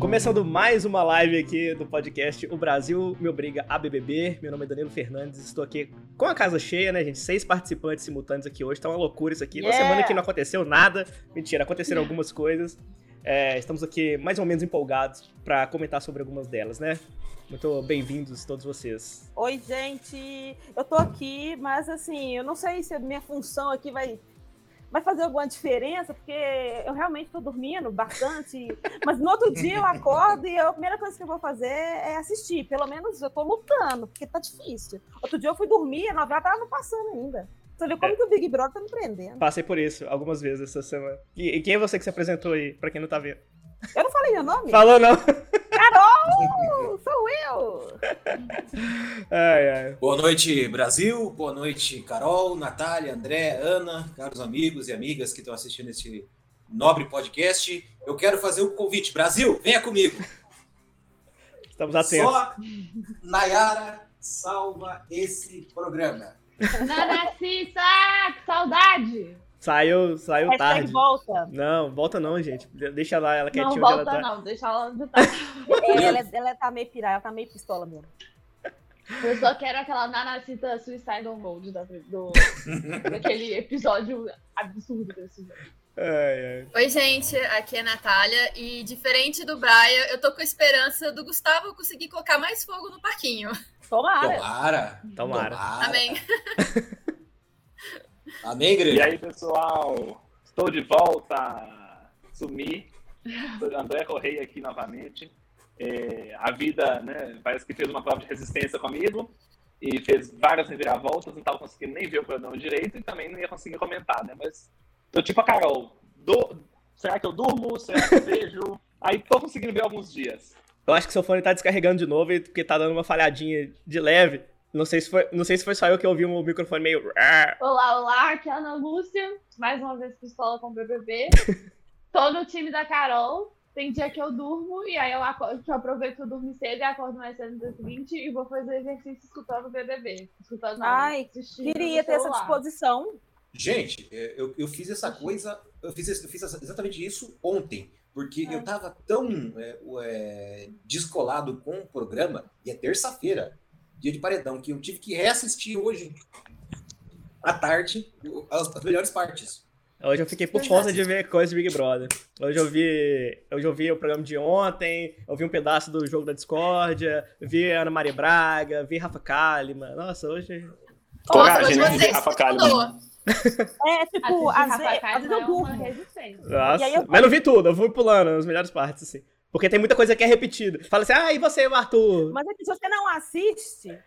Começando mais uma live aqui do podcast O Brasil Me Obriga a BBB. Meu nome é Danilo Fernandes, estou aqui com a casa cheia, né, gente? Seis participantes simultâneos aqui hoje, tá uma loucura isso aqui. Uma Yeah! semana que não aconteceu nada, mentira, aconteceram algumas coisas. É, estamos aqui mais ou menos empolgados para comentar sobre algumas delas, né? Muito bem-vindos todos vocês. Oi, gente. Eu tô aqui, mas assim, eu não sei se a minha função aqui vai, vai fazer alguma diferença, porque eu realmente tô dormindo bastante. Mas no outro dia eu acordo e a primeira coisa que eu vou fazer é assistir. Pelo menos eu tô lutando, porque tá difícil. Outro dia eu fui dormir, a novela tava passando ainda. Você vê como que o Big Brother tá me prendendo. Passei por isso algumas vezes essa semana. E, e quem é você que se apresentou aí, pra quem não tá vendo? Eu não falei meu nome? Falou não? Carol! Sou eu! Ai, ai. Boa noite, Brasil. Boa noite, Carol, Natália, André, Ana, caros amigos e amigas que estão assistindo esse nobre podcast. Eu quero fazer um convite. Brasil, venha comigo. Estamos atentos. Só Nayara salva esse programa. Nanacissa, que saudade! Saiu, saiu Hashtag tarde. volta. Não, volta não, gente. De- Deixa lá ela Não quietinha onde volta ela tá. não, deixa ela onde tá. Ela, ela tá meio pirada, ela tá meio pistola mesmo. Eu só quero aquela Nanacita Suicidal Mode da, do, daquele episódio absurdo desse jogo. Ai, ai. Oi, gente, aqui é a Natália e diferente do Brian, eu tô com a esperança do Gustavo conseguir colocar mais fogo no parquinho. Tomara. Tomara. Tomara. Amém. Amém, E igreja. aí, pessoal? Estou de volta. Sumi. Sou André Correia aqui novamente. É, a vida, né, parece que fez uma prova de resistência comigo e fez várias reviravoltas, não estava conseguindo nem ver o programa direito e também não ia conseguir comentar, né? Mas tô tipo a Carol. do- será que eu durmo? Será que eu vejo? Aí tô conseguindo ver alguns dias. Eu acho que seu fone tá descarregando de novo e- porque tá dando uma falhadinha de leve. Não sei se foi, não sei se foi só eu que ouvi o microfone meio. Olá, olá, aqui é a Ana Lúcia, mais uma vez pistola com o BBB. Tô no time da Carol, tem dia que eu durmo e aí eu, acordo, que eu aproveito que eu dormi cedo e acordo mais cedo no dia seguinte e vou fazer exercício escutando o BBB. Escutando não, Ai, assistindo no Queria ter essa celular. disposição. Gente, é, eu, eu fiz essa coisa, eu fiz, esse- eu fiz essa- exatamente isso ontem, porque eu tava tão é, o- é, descolado com o programa, e é terça-feira, dia de paredão, que eu tive que reassistir hoje à tarde o- as, as melhores partes. Hoje eu fiquei por conta de ver coisa de Big Brother. Hoje eu vi. Hoje eu vi o programa de ontem, eu vi um pedaço do jogo da Discordia, vi Ana Maria Braga, vi Rafa Kalimann. Nossa, hoje. Nossa, Coragem, né, mas de você Rafa se Kalimann. mudou. É, tipo, às vezes, Assistir Rafa às vezes Kalimann eu é uma durmo. resistência. Nossa. E aí eu- Mas não vi tudo, eu fui pulando as melhores partes, assim. Porque tem muita coisa que é repetida. Fala assim, ah, e você, Arthur? Mas é que se você não assiste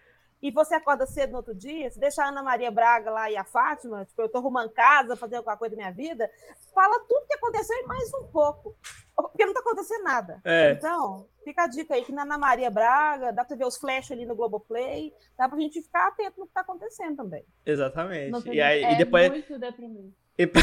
e você acorda cedo no outro dia, se deixar a Ana Maria Braga lá e a Fátima, tipo, eu tô arrumando casa, fazendo alguma coisa da minha vida, fala tudo que aconteceu e mais um pouco. Porque não tá acontecendo nada. É. Então, fica a dica aí que na Ana Maria Braga, dá pra ver os flash ali no Globoplay, dá pra gente ficar atento no que tá acontecendo também. Exatamente. Nossa, E, aí, é e depois. muito deprimente. E pra,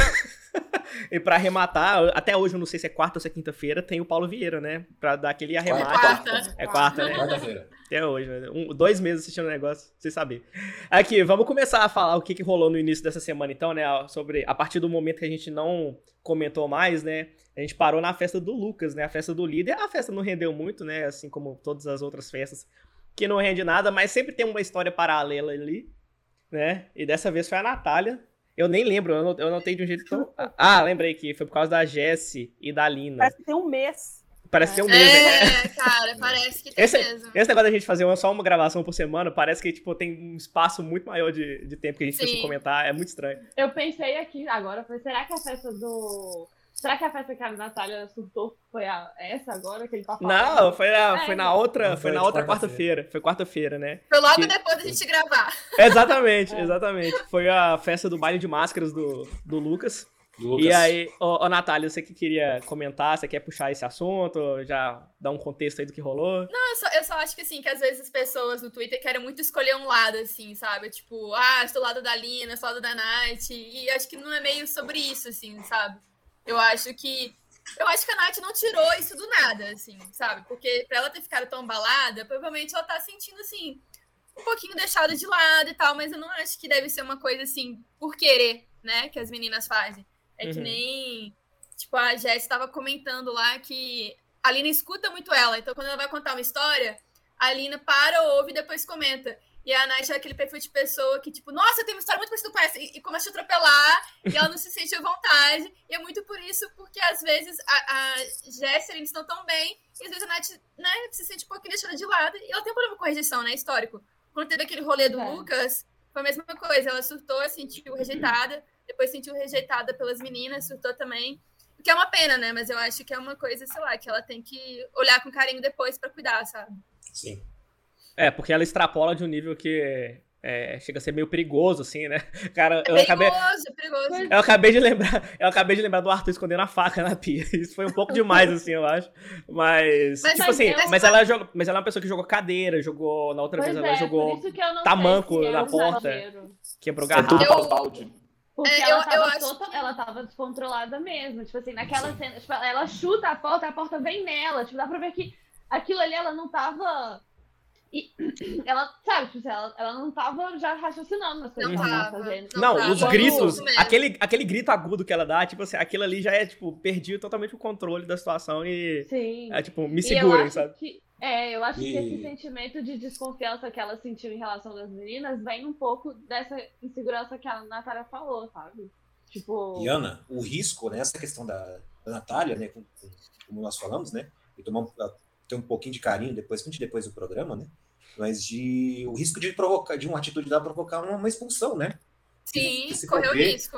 e pra arrematar, até hoje, eu não sei se é quarta ou se é quinta-feira, tem o Paulo Vieira, né? Pra dar aquele arremate. Quarta. É quarta, né? Quarta-feira. Até hoje, né? Um- dois meses assistindo o negócio, sem saber. Aqui, vamos começar a falar o que, que rolou no início dessa semana, então, né? Sobre a partir do momento que a gente não comentou mais, né? A gente parou na festa do Lucas, né? A festa do líder. A festa não rendeu muito, né? Assim como todas as outras festas que não rende nada, mas sempre tem uma história paralela ali, né? E dessa vez foi a Natália. Eu nem lembro, eu anotei, eu anotei de um jeito tão. Ah, lembrei que foi por causa da Jessie e da Lina. Parece que tem um mês. Parece ser um mês, né? É, cara, parece que tem Esse- mesmo. Esse negócio da gente fazer uma- só uma gravação por semana, parece que tipo, tem um espaço muito maior de, de tempo que a gente precisa Sim. comentar. É muito estranho. Eu pensei aqui agora, falei, será que a festa do. Será que a festa que a Natália surtou foi a- essa agora que ele tá falando? Não, foi na, É, foi na outra, não, foi foi na de outra quarta-feira. quarta-feira. Foi quarta-feira, né? Foi logo que- depois da gente gravar. Exatamente, exatamente. Foi a festa do baile de máscaras do, do Lucas. E aí, ô, ô Natália, você que queria comentar, você quer puxar esse assunto, já dar um contexto aí do que rolou? Eu só, eu só acho que assim, que às vezes as pessoas no Twitter querem muito escolher um lado, assim, sabe? Tipo, ah, estou do lado da Lina, estou do lado da Nath. E acho que não é meio sobre isso, assim, sabe? Eu acho que. Eu acho que a Nath não tirou isso do nada, assim, sabe? Porque pra ela ter ficado tão balada, provavelmente ela tá sentindo, assim, um pouquinho deixada de lado e tal, mas eu não acho que deve ser uma coisa, assim, por querer, né? Que as meninas fazem. É que Uhum. nem. Tipo, a Jess estava comentando lá que a Lina escuta muito ela, então quando ela vai contar uma história, a Lina para, ouve e depois comenta. E a Nath é aquele perfil de pessoa que, tipo, nossa, eu tenho uma história muito parecida com essa, e, e começa a te atropelar, e ela não se sente à vontade. E é muito por isso, porque às vezes a, a Jess e a Lina estão tão bem, e às vezes a Nath né, se sente um pouquinho deixada de lado, e ela tem um problema com rejeição, né? Histórico. Quando teve aquele rolê do É. Lucas, foi a mesma coisa, ela surtou, se sentiu rejeitada, depois se sentiu rejeitada pelas meninas, surtou também. O que é uma pena, né? Mas eu acho que é uma coisa, sei lá, que ela tem que olhar com carinho depois pra cuidar, sabe? Sim. É, porque ela extrapola de um nível que é, chega a ser meio perigoso, assim, né? Cara, eu é acabei, perigoso, é perigoso. eu acabei de lembrar, eu acabei de lembrar do Arthur escondendo a faca na pia. Isso foi um pouco demais, assim, eu acho. Mas, Mas, tipo mas é, assim, eu- mas ela, joga, mas ela é uma pessoa que jogou cadeira, jogou, na outra Pois vez ela é, por jogou, isso que eu não tamanco sei se na é um porta. zagueiro. quebrou É tudo garrafa. para o balde. Porque É, ela, eu- tava eu acho total- que- ela tava descontrolada mesmo. Tipo assim, naquela cena, tipo, ela chuta a porta, a porta vem nela. Tipo, dá pra ver que aquilo ali ela não tava. e- ela, sabe, tipo, assim, ela, ela não tava já raciocinando as coisas Não que ela tava tava. fazendo. Não, tá, os é tá gritos, isso mesmo. aquele, aquele grito agudo que ela dá, tipo assim, aquilo ali já é, tipo, perdi totalmente o controle da situação e. Sim. É, tipo, me E eu segurem, acho sabe? que- é, eu acho que esse E- sentimento de desconfiança que ela sentiu em relação das meninas vem um pouco dessa insegurança que a Natália falou, sabe? Tipo. E Ana, o risco, né, essa questão da, da Natália, né, com- com- como nós falamos, né, e tomar um, ter um pouquinho de carinho depois, principalmente depois do programa, né, mas de o risco de provocar, de uma atitude dela provocar uma, uma expulsão, né? Sim, Se for correu ver, risco.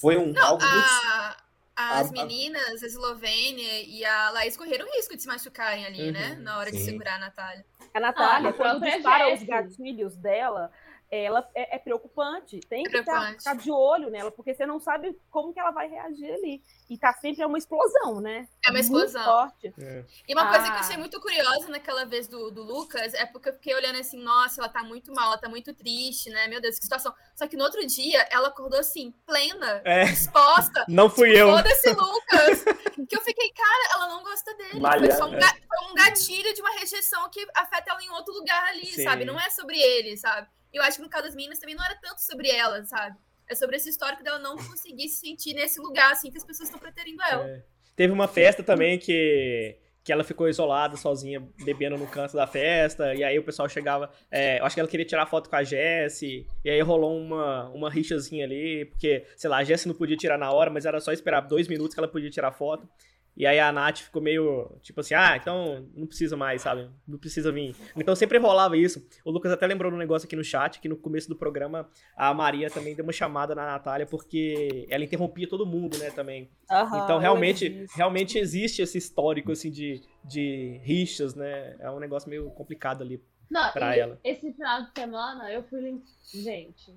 Foi um algo muito A- as a- meninas, a Eslovênia e a Laís correram risco de se machucarem ali, Uhum, né? Na hora de sim. segurar a Natália. A Natália, Ah, a quando própria dispara os Jessie. gatilhos dela, ela é, é preocupante. Tem que estar Preocupante. ficar de olho nela, porque você não sabe como que ela vai reagir ali. E tá sempre é uma explosão, né? É uma explosão. Muito forte. É. E uma coisa que eu Ah. achei muito curiosa naquela vez do, do Lucas é porque eu fiquei olhando assim, nossa, ela tá muito mal, ela tá muito triste, né? Meu Deus, que situação. Só que no outro dia ela acordou assim, plena, É. disposta. Não fui eu. Foda-se, Lucas! que eu fiquei, cara, ela não gosta dele. Foi Malha- só um, ga- foi um gatilho de uma rejeição que afeta ela em outro lugar ali, Sim. sabe? Não é sobre ele, sabe? E Eu acho que no caso das meninas também não era tanto sobre ela, sabe? É sobre esse histórico dela não conseguir se sentir nesse lugar, assim, que as pessoas estão preterindo ela. É. Teve uma festa também que, que ela ficou isolada, sozinha, bebendo no canto da festa. E aí o pessoal chegava. é, eu acho que ela queria tirar foto com a Jessie. E aí rolou uma, uma rixazinha ali, porque, sei lá, a Jessie não podia tirar na hora, mas era só esperar dois minutos que ela podia tirar foto. E aí a Nath ficou meio tipo assim, ah, então não precisa mais, sabe? Não precisa vir. Então sempre rolava isso. O Lucas até lembrou de um negócio aqui no chat, que no começo do programa a Maria também deu uma chamada na Natália, porque ela interrompia todo mundo, né, também. Aham, eu Ah, Então, realmente, lembro disso. realmente existe esse histórico, assim, de, de rixas, né? É um negócio meio complicado ali. Não, pra e ela. Esse final de semana eu fui limpar. Gente,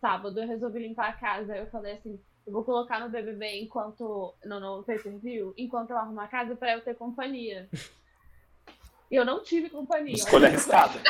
sábado eu resolvi limpar a casa. Eu falei assim: eu vou colocar no BBB enquanto. No, no pay per view, enquanto eu arrumo a casa pra eu ter companhia. E eu não tive companhia. Escolha arriscada.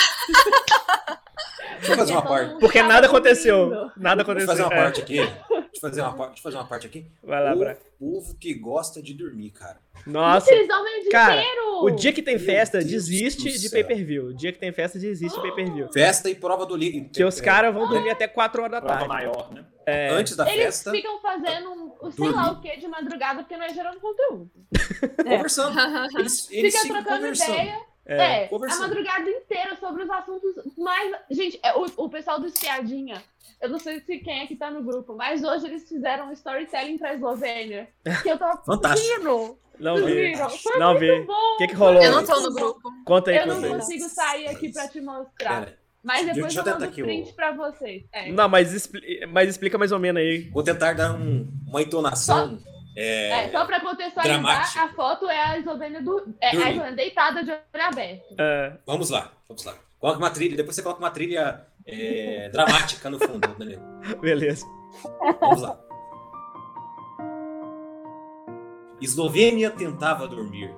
Deixa eu fazer uma Porque parte. todo mundo Porque tava nada aconteceu. dormindo. Nada Deixa eu aconteceu. fazer uma É, parte Uh. aqui. Deixa eu fazer uma parte, deixa eu fazer uma parte aqui. Vai lá, o Bra. povo que gosta de dormir, cara. Nossa. Vocês dormem o dia Cara, inteiro. O dia que tem Meu festa, Deus desiste do de céu. pay-per-view. O dia que tem festa, desiste de pay-per-view. Festa e prova do líder. é, Que os caras vão dormir até 4 horas da Prova tarde. maior, né? Antes da Eles festa, ficam fazendo um, sei lá o que de madrugada porque não é gerando conteúdo. conversando. Eles, eles Fica ficam trocando conversando. ideia. É. É, a conversando. madrugada inteira sobre os assuntos mais. Gente, é, o, o pessoal do Espiadinha, eu não sei se quem é que tá no grupo, mas hoje eles fizeram um storytelling pra Eslovênia. Que eu tava Fantástico. fugindo. Não Vocês vi. viram? Foi Não muito vi. bom. O que que rolou? Eu não tô no grupo. Conta aí Eu com não Vocês. vocês. consigo sair aqui pra te mostrar. Pera, Mas depois é. Deixa eu eu, tentar mando aqui o- print pra vocês. É. Não, mas, expli- mas explica mais ou menos aí. vou tentar dar um- uma entonação. É, É, só pra contextualizar, Dramático. a foto é a Eslovênia do. É, a Dormindo. Eslovênia deitada de olho aberto. É. Vamos lá, vamos lá. Coloca uma trilha, depois você coloca uma trilha é, dramática no fundo, Danilo. beleza. Vamos lá. Eslovênia tentava dormir,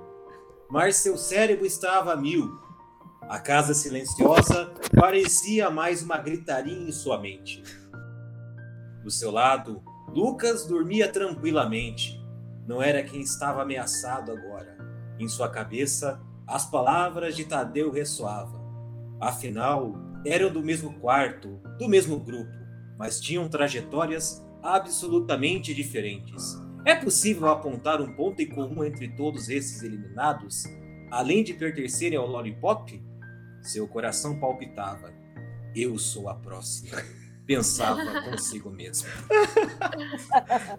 mas seu cérebro estava a mil. A casa silenciosa parecia mais uma gritaria em sua mente. Do seu lado, Lucas dormia tranquilamente. Não era quem estava ameaçado agora. Em sua cabeça, as palavras de Tadeu ressoavam. Afinal, eram do mesmo quarto, do mesmo grupo mas tinham trajetórias absolutamente diferentes É possível apontar um ponto em comum entre todos esses eliminados, além de pertencerem ao Lollipop? Seu coração palpitava. Eu sou a próxima. Pensava consigo mesmo.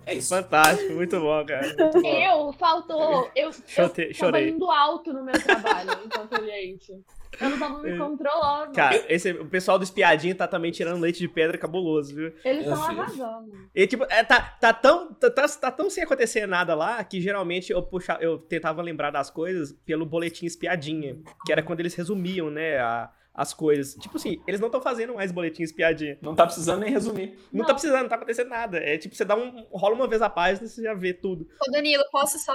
É isso. Fantástico, muito bom, cara. Muito bom. Eu, faltou. Eu, eu Chorei. tava chorei. indo alto no meu trabalho enquanto cliente. Eu não tava me controlando. É. Cara, esse, o pessoal do Espiadinha tá também tirando leite de pedra cabuloso, viu? Eles eu estão assim. sei. arrasando. E, tipo, é, tá, tá, tão, tá, tá- tá tão sem acontecer nada lá que geralmente eu, puxa, eu tentava lembrar das coisas pelo boletim espiadinha, que era quando eles resumiam, né, a- as coisas. Tipo assim, eles não estão fazendo mais boletim espiadinha. Não tá precisando nem resumir. Não, Não. tá precisando, não tá acontecendo nada. É tipo, você dá um. rola uma vez a página e você já vê tudo. Ô, Danilo, posso só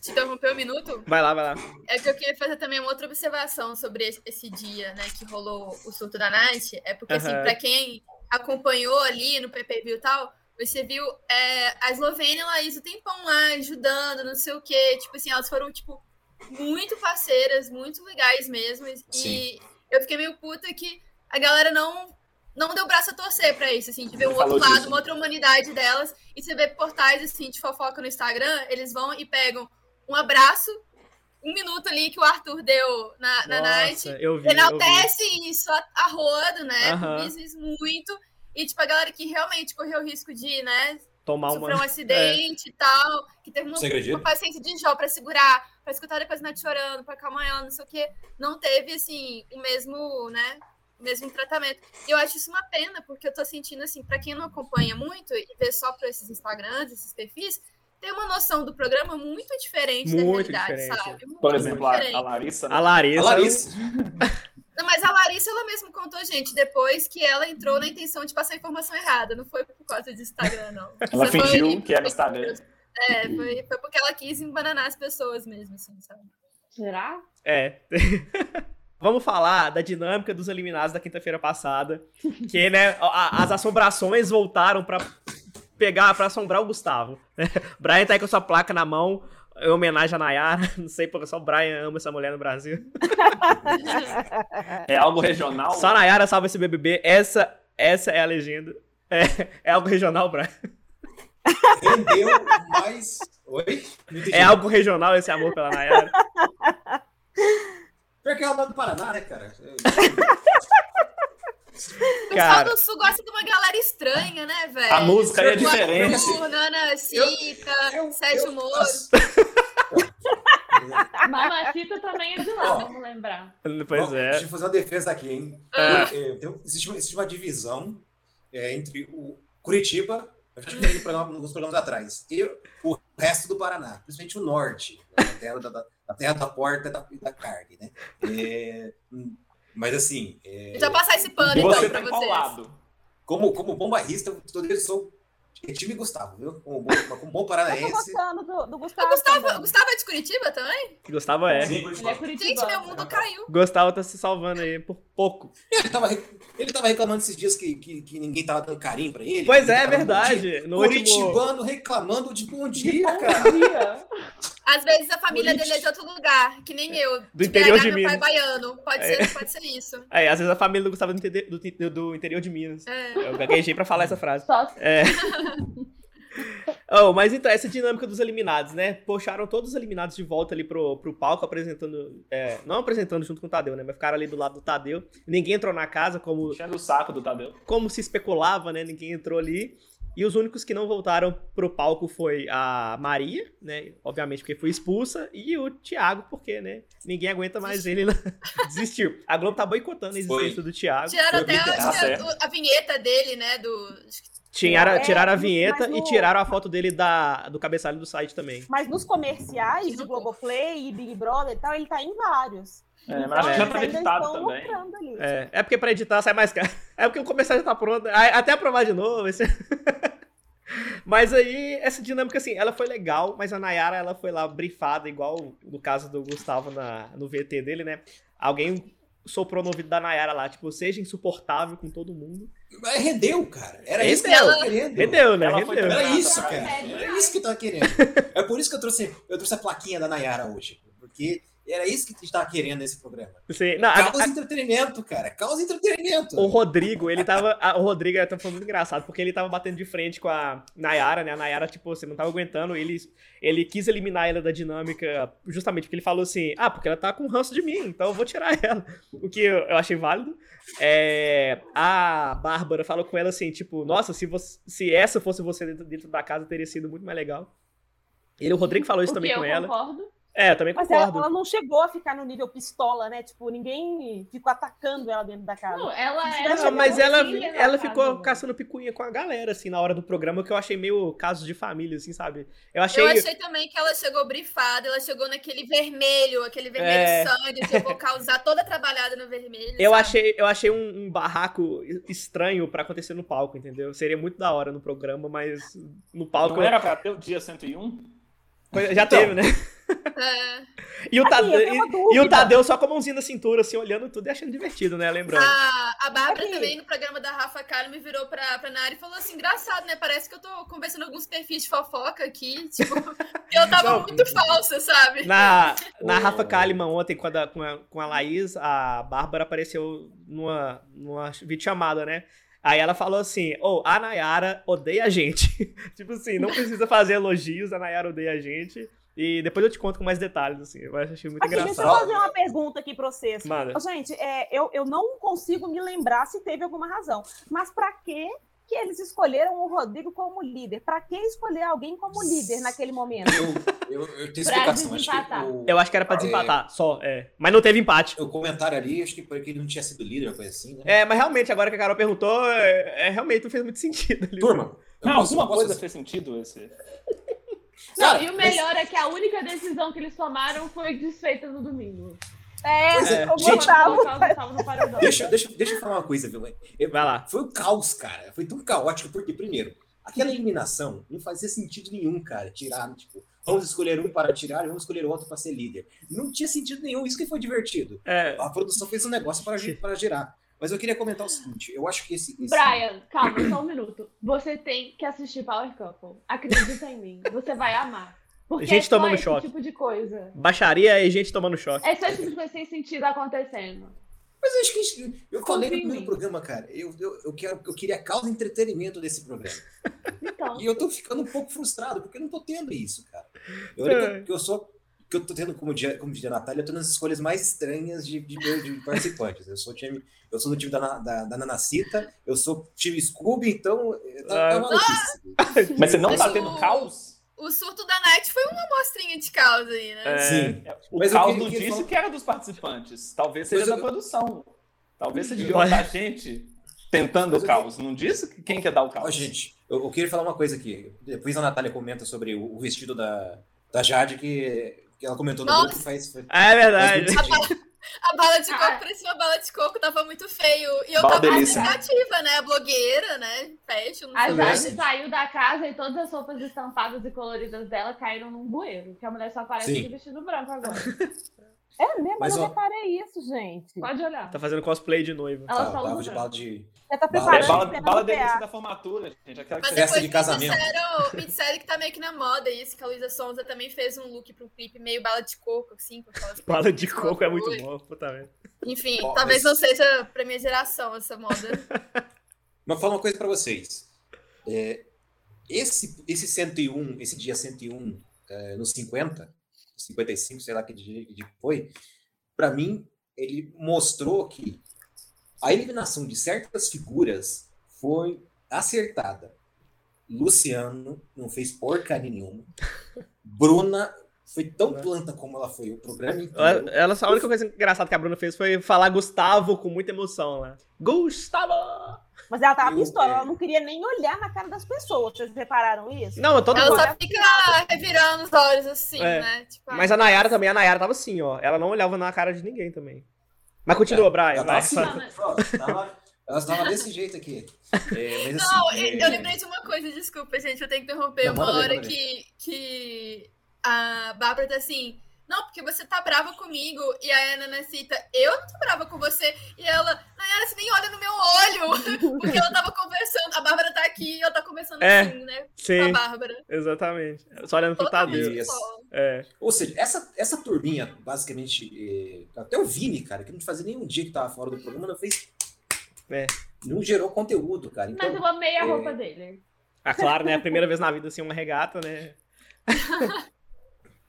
te interromper um minuto? Vai lá, vai lá. É que eu queria fazer também uma outra observação sobre esse- esse dia, né, que rolou o surto da Nath. É porque, assim, Aham. pra quem acompanhou ali no PPV e tal, você viu é, a Eslovênia e a Laís o tempão lá, ajudando, não sei o quê. Tipo assim, elas foram, tipo, muito parceiras, muito legais mesmo. E Sim. eu fiquei meio puta que a galera não, não deu braço a torcer pra isso, assim, de ver um Você outro falou lado, disso. uma outra humanidade delas. E você vê portais, assim, de fofoca no Instagram, eles vão e pegam um abraço, um minuto ali que o Arthur deu na, na night. eu vi. eu vi. Enaltece isso a, a rodo, né? Aham. Diz isso muito. E, tipo, a galera que realmente correu o risco de, né, Tomar uma. sofrer um acidente e tal, que teve uma, Você acredita? uma paciência de Jó pra segurar, pra escutar depois a Nath chorando, pra acalmar ela, não sei o quê, não teve, assim, o mesmo, né, o mesmo tratamento. E eu acho isso uma pena, porque eu tô sentindo, assim, pra quem não acompanha muito e vê só por esses Instagrams, esses perfis, tem uma noção do programa muito diferente da Muito realidade, diferente. sabe? Muito Por exemplo, a, diferente. a Larissa. né? A Larissa. A Larissa. Não, mas a Larissa, ela mesma contou, gente, depois que ela entrou na intenção de passar informação errada, não foi por causa de Instagram, não. Ela Isso foi- fingiu que era Instagram. É, foi, foi porque ela quis embananar as pessoas mesmo, assim, sabe? Será? É. Vamos falar da dinâmica dos eliminados da quinta-feira passada, que né, a- as assombrações voltaram pra pegar para assombrar o Gustavo. né? Brian tá aí com a sua placa na mão, em homenagem a Nayara, não sei porque só o Brian ama essa mulher no Brasil. É algo regional. Só a Nayara salva esse BBB, essa essa é a legenda. É, é algo regional, Brian. Rendeu mais. Oi? Não entendi. É algo regional esse amor pela Nayara. Pior que ela é do Paraná, né, cara? Eu- O pessoal Cara. do Sul gosta de uma galera estranha, né, velho? A música aí é diferente. Nana Cita, eu- Sérgio eu- Moro. Mamacita também é de lá, vamos lembrar. Pois Bom, é. Deixa eu fazer uma defesa aqui, hein? Ah. É, tem um- existe, uma, existe uma divisão é, entre o Curitiba, eu acho que teve um programa- alguns programas atrás, e o resto do Paraná, principalmente o norte, né, a terra da, da- a terra da porta e da, e da carne, né? É, hum, mas assim, é, Já passar esse pano, E você então, tá pra vocês. enrolado. como, como bom barrista, eu sou- eu sou é time Gustavo, viu? Como bom, como bom Eu tô paranaense. gostando do, do Gustavo. O Gustavo, o também. Gustavo é de Curitiba também? Gustavo é. Sim, Ele é Gustavo. Gente, meu curitibano. mundo caiu. Gustavo tá se salvando aí por pouco. Ele tava, re- ele tava reclamando esses dias que, que, que ninguém tava dando carinho pra ele. Pois que é, é ninguém tava dando bom dia. verdade. No último, Curitibano reclamando de bom dia, Bom cara. dia. Às vezes a família dele é de outro lugar, que nem eu. Do de interior BH, de meu pai é Minas. baiano. Pode ser, pode ser isso. É, às vezes a família do Gustavo é do, interde- do ti- do interior de Minas. É. Eu gaguejei pra falar essa frase. Só É. Oh, mas então, essa dinâmica dos eliminados, né? Puxaram todos os eliminados de volta ali pro, pro palco, apresentando. é, não apresentando junto com o Tadeu, né? Mas ficaram ali do lado do Tadeu. Ninguém entrou na casa, como, Enchendo o saco do Tadeu. como se especulava, né? Ninguém entrou ali. E os únicos que não voltaram pro palco foi a Maria, né? Obviamente porque foi expulsa, e o Thiago, porque, né? Ninguém aguenta mais ele. Desistiu. A Globo tá boicotando a existência do Thiago. Tiraram até Tá acho que certo. a, a vinheta dele, né? Do... Tiraram, É, tiraram a mas vinheta no- e tiraram a foto dele da, do cabeçalho do site também. Mas nos comerciais de Globoplay e Big Brother e tal, ele tá em vários. É, mas acho que já tá Eles ainda editado estão também. lucrando ali. É, é porque pra editar sai mais caro. É porque o comercial já tá pronto. Aí, Até aprovar de novo. vai ser- Mas aí, essa dinâmica, assim, ela foi legal, mas a Nayara, ela foi lá brifada, igual no caso do Gustavo na, no VT dele, né? Alguém soprou no ouvido da Nayara lá, tipo, seja insuportável com todo mundo. Mas rendeu, cara. Era Rendeu. isso que ela tava querendo. Rendeu, né? Ela foi Rendeu. Era Nada, isso, cara. cara. Era isso que eu tava querendo. É por isso que eu trouxe, eu trouxe a plaquinha da Nayara hoje. Porque Era isso que a gente tava querendo nesse programa. Você- não, a- Causa a- entretenimento, cara. Causa entretenimento. o Rodrigo, ele tava. a- o Rodrigo era- foi muito engraçado, porque ele tava batendo de frente com a Nayara, né? A Nayara, tipo, você não tava aguentando. Ele, ele quis eliminar ela da dinâmica, justamente porque ele falou assim: ah, porque ela tá com ranço de mim, então eu vou tirar ela. O que eu, eu achei válido. É, a Bárbara falou com ela assim: tipo, nossa, se, você- se essa fosse você dentro, dentro da casa, teria sido muito mais legal. Ele, o Rodrigo falou isso O também que com eu ela. concordo. É, eu também Mas ela, concordo. ela não chegou a ficar no nível pistola, né? Tipo, ninguém ficou atacando ela dentro da casa. Não, ela é. Não, Não, mas ela, Sim, ela ficou sabe? caçando picuinha com a galera, assim, na hora do programa, que eu achei meio caso de família, assim, sabe? Eu achei. Eu achei também que ela chegou brifada, ela chegou naquele vermelho, aquele vermelho É. sangue, que eu vou causar toda trabalhada no vermelho. Eu sabe? achei, eu achei um, um barraco estranho pra acontecer no palco, entendeu? Seria muito da hora no programa, mas no palco. Não era pra ter o dia 101? Já Então. teve, né? É. E o, Assim, eu Tadeu, tenho uma e o dúvida. Tadeu só com a mãozinha na cintura, assim, olhando tudo e achando divertido, né? Lembrando. A, a Bárbara Aqui. também, no programa da Rafa Caro, me virou pra, pra Nari e falou assim: engraçado, né? Parece que eu tô conversando alguns perfis de fofoca aqui. Tipo, eu tava Não. muito falsa, sabe? Na, na Rafa Kalimann ontem, quando a- com a, com a Laís, a Bárbara apareceu numa, numa videochamada, né? Aí ela falou assim, ou a Nayara odeia a gente. tipo assim, não precisa fazer elogios, a Nayara odeia a gente. E depois eu te conto com mais detalhes, assim. Eu achei muito Aqui, deixa eu engraçado. fazer uma pergunta aqui pra vocês. Manda. Ô, Gente, é, eu, eu não consigo me lembrar se teve alguma razão. Mas pra que que eles escolheram o Rodrigo como líder? Pra que escolher alguém como líder naquele momento? Eu, eu, eu tenho Pra explicação. Acho que desempatar. o, Eu acho que era pra desempatar, só, é. Mas não teve empate. o comentário ali, acho que porque ele não tinha sido líder, uma coisa assim, né? É, mas realmente, agora que a Carol perguntou, é, é, realmente não fez muito sentido ali. Turma, eu Não, posso- alguma eu posso- coisa fez sentido esse. Não, Cara, e o melhor é que a única decisão que eles tomaram foi desfeita no domingo. É, Pois é, o gente, Gustavo. Colocar o Gustavo no paredão. Deixa, deixa, deixa eu falar uma coisa, viu? Eu- Vai lá. Foi um caos, cara. Foi tão caótico, porque, primeiro, aquela eliminação não fazia sentido nenhum, cara. Tirar, tipo, vamos escolher um para tirar e vamos escolher outro para ser líder. Não tinha sentido nenhum, isso que foi divertido. É, A produção fez um negócio para, gi- para girar. Mas eu queria comentar o seguinte: eu acho que esse. esse- Brian, calma, só um minuto. Você tem que assistir Power Couple. Acredita em mim. Você vai amar. Porque Gente é só tomando esse choque. tipo de coisa. baixaria e gente tomando choque. É só esse tipo de coisa sem sentido acontecendo. Mas eu acho que isso- eu falei no Confia em primeiro mim. programa, cara. Eu, eu, eu, quero, eu queria a causa e entretenimento desse programa. Então, E eu tô ficando um pouco frustrado, porque eu não tô tendo isso, cara. Eu, olha que eu- É. que eu sou. Que eu tô tendo, como dia, como diria a Natália, eu tô nas escolhas mais estranhas de, de, de participantes. Eu sou time, eu sou do time da, Na- da, da Nanacita, eu sou time Scooby, então. eh, Tá, tá Ah. maluquice. Mas você não Mas tá o- tendo caos? O surto da Night foi uma amostrinha de causa aí, né? É. Sim. O Mas eu caos queria do que eles disse fal- que era dos participantes. Talvez Mas seja da eu- produção. Talvez seja de Olha- outra gente tentando Mas o eu- caos. Não disse que- quem quer dar o Ó, caos. gente, eu, eu queria falar uma coisa aqui. Depois a Natália comenta sobre o, o vestido da, da Jade, que, que ela comentou no Nossa. grupo faz. faz É faz verdade. muito sentido. A bala de coco Ah. parecia uma bala de coco, tava muito feio. E eu Bala tava delícia. ativa, né? Blogueira, né? Fashion, a não sei. Aliás- Jade saiu da casa e todas as roupas estampadas e coloridas dela caíram num bueiro. Que a mulher só aparece Sim. de vestido branco agora. É mesmo, Mas, eu ó- não reparei isso, gente. Pode olhar. Tá fazendo cosplay de noiva. Ela só Tá, bala usa de branco. bala de. Já tá Bala- É preparando bala, esperando bala o delícia PA. da formatura, gente. Aquela Mas que Festa depois de me casamento. disseram, me disseram que tá meio que na moda isso, que a Luísa Sonza também fez um look pro clipe meio bala de coco, assim, com aquelas Bala de coisas coco é muito loucuras. bom, puta merda. Enfim, Ó, talvez mas- não seja pra minha geração essa moda. Mas fala uma coisa pra vocês. É, esse, esse 101, esse dia 101, é, no 50, 55, sei lá que dia que dia foi, pra mim, ele mostrou que a eliminação de certas figuras foi acertada. Luciano não fez porcaria nenhuma. Bruna foi tão planta como ela foi o programa Ela, inteiro. ela só, a única coisa engraçada que a Bruna fez foi falar Gustavo com muita emoção lá. Gustavo! Mas ela tava Eu, pistola, é. ela não queria nem olhar na cara das pessoas. Vocês repararam isso? Não, todo Ela mundo. só fica revirando os olhos assim, É, né? Tipo, Mas a Nayara também, a Nayara tava assim, ó. Ela não olhava na cara de ninguém também. Mas continua, Brian. Ela vai. tava assim, ó, tava- ela estava desse jeito aqui. É, mas Não, assim, eu é, eu lembrei de uma coisa, desculpa, gente, eu tenho que interromper Não, uma manda ver, hora manda ver. que, que a Bárbara tá assim. Não, porque você tá brava comigo. E aí a Nanacita, eu não tô brava com você. E ela, Nayara, você nem olha no meu olho. Porque ela tava conversando. A Bárbara tá aqui e ela tá conversando É. assim, né? Com a Sim, Bárbara. exatamente. Só olhando pro Tadeu. Totalmente Isso. só. É. Ou seja, essa, essa turminha, basicamente, é, até o Vini, cara, que não fazia nenhum dia que tava fora do programa, não fez. É. Não gerou conteúdo, cara. Então, Mas eu amei é. a roupa dele. Ah, claro, né? A primeira vez na vida, assim, uma regata, né?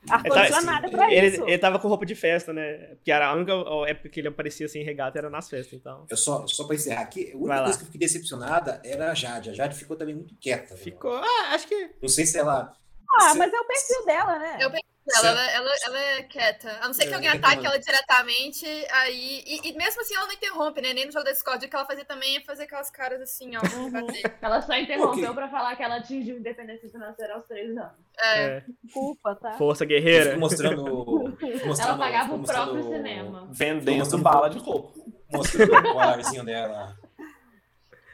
Ar-condicionado É pra Ele, isso. ele tava com roupa de festa, né? Porque era a única época que ele aparecia assim, em regata, era nas festas, então. eu só, só pra encerrar aqui, a única Vai lá. coisa que eu fiquei decepcionada era a Jade. A Jade ficou também muito quieta. né? Ficou. Ah, acho que. Não sei se ela. Ah, se- mas é o perfil dela, né? Eu- Ela, ela, ela, ela é quieta. A não ser que É, alguém ela é ataque quieta. ela diretamente, aí. E, e mesmo assim ela não interrompe, né? Nem no jogo da Discord. O que ela fazia também é fazer aquelas caras assim, ó. Uhum. bater. Ela só interrompeu Ok. pra falar que ela atingiu independência financeira aos três anos. É. é, Desculpa, tá? Força Ficou guerreira. mostrando. ficou mostrando Ela pagava ficou o próprio mostrando- cinema. Vendendo Nossa, bala de coco. Mostrando o colarzinho dela.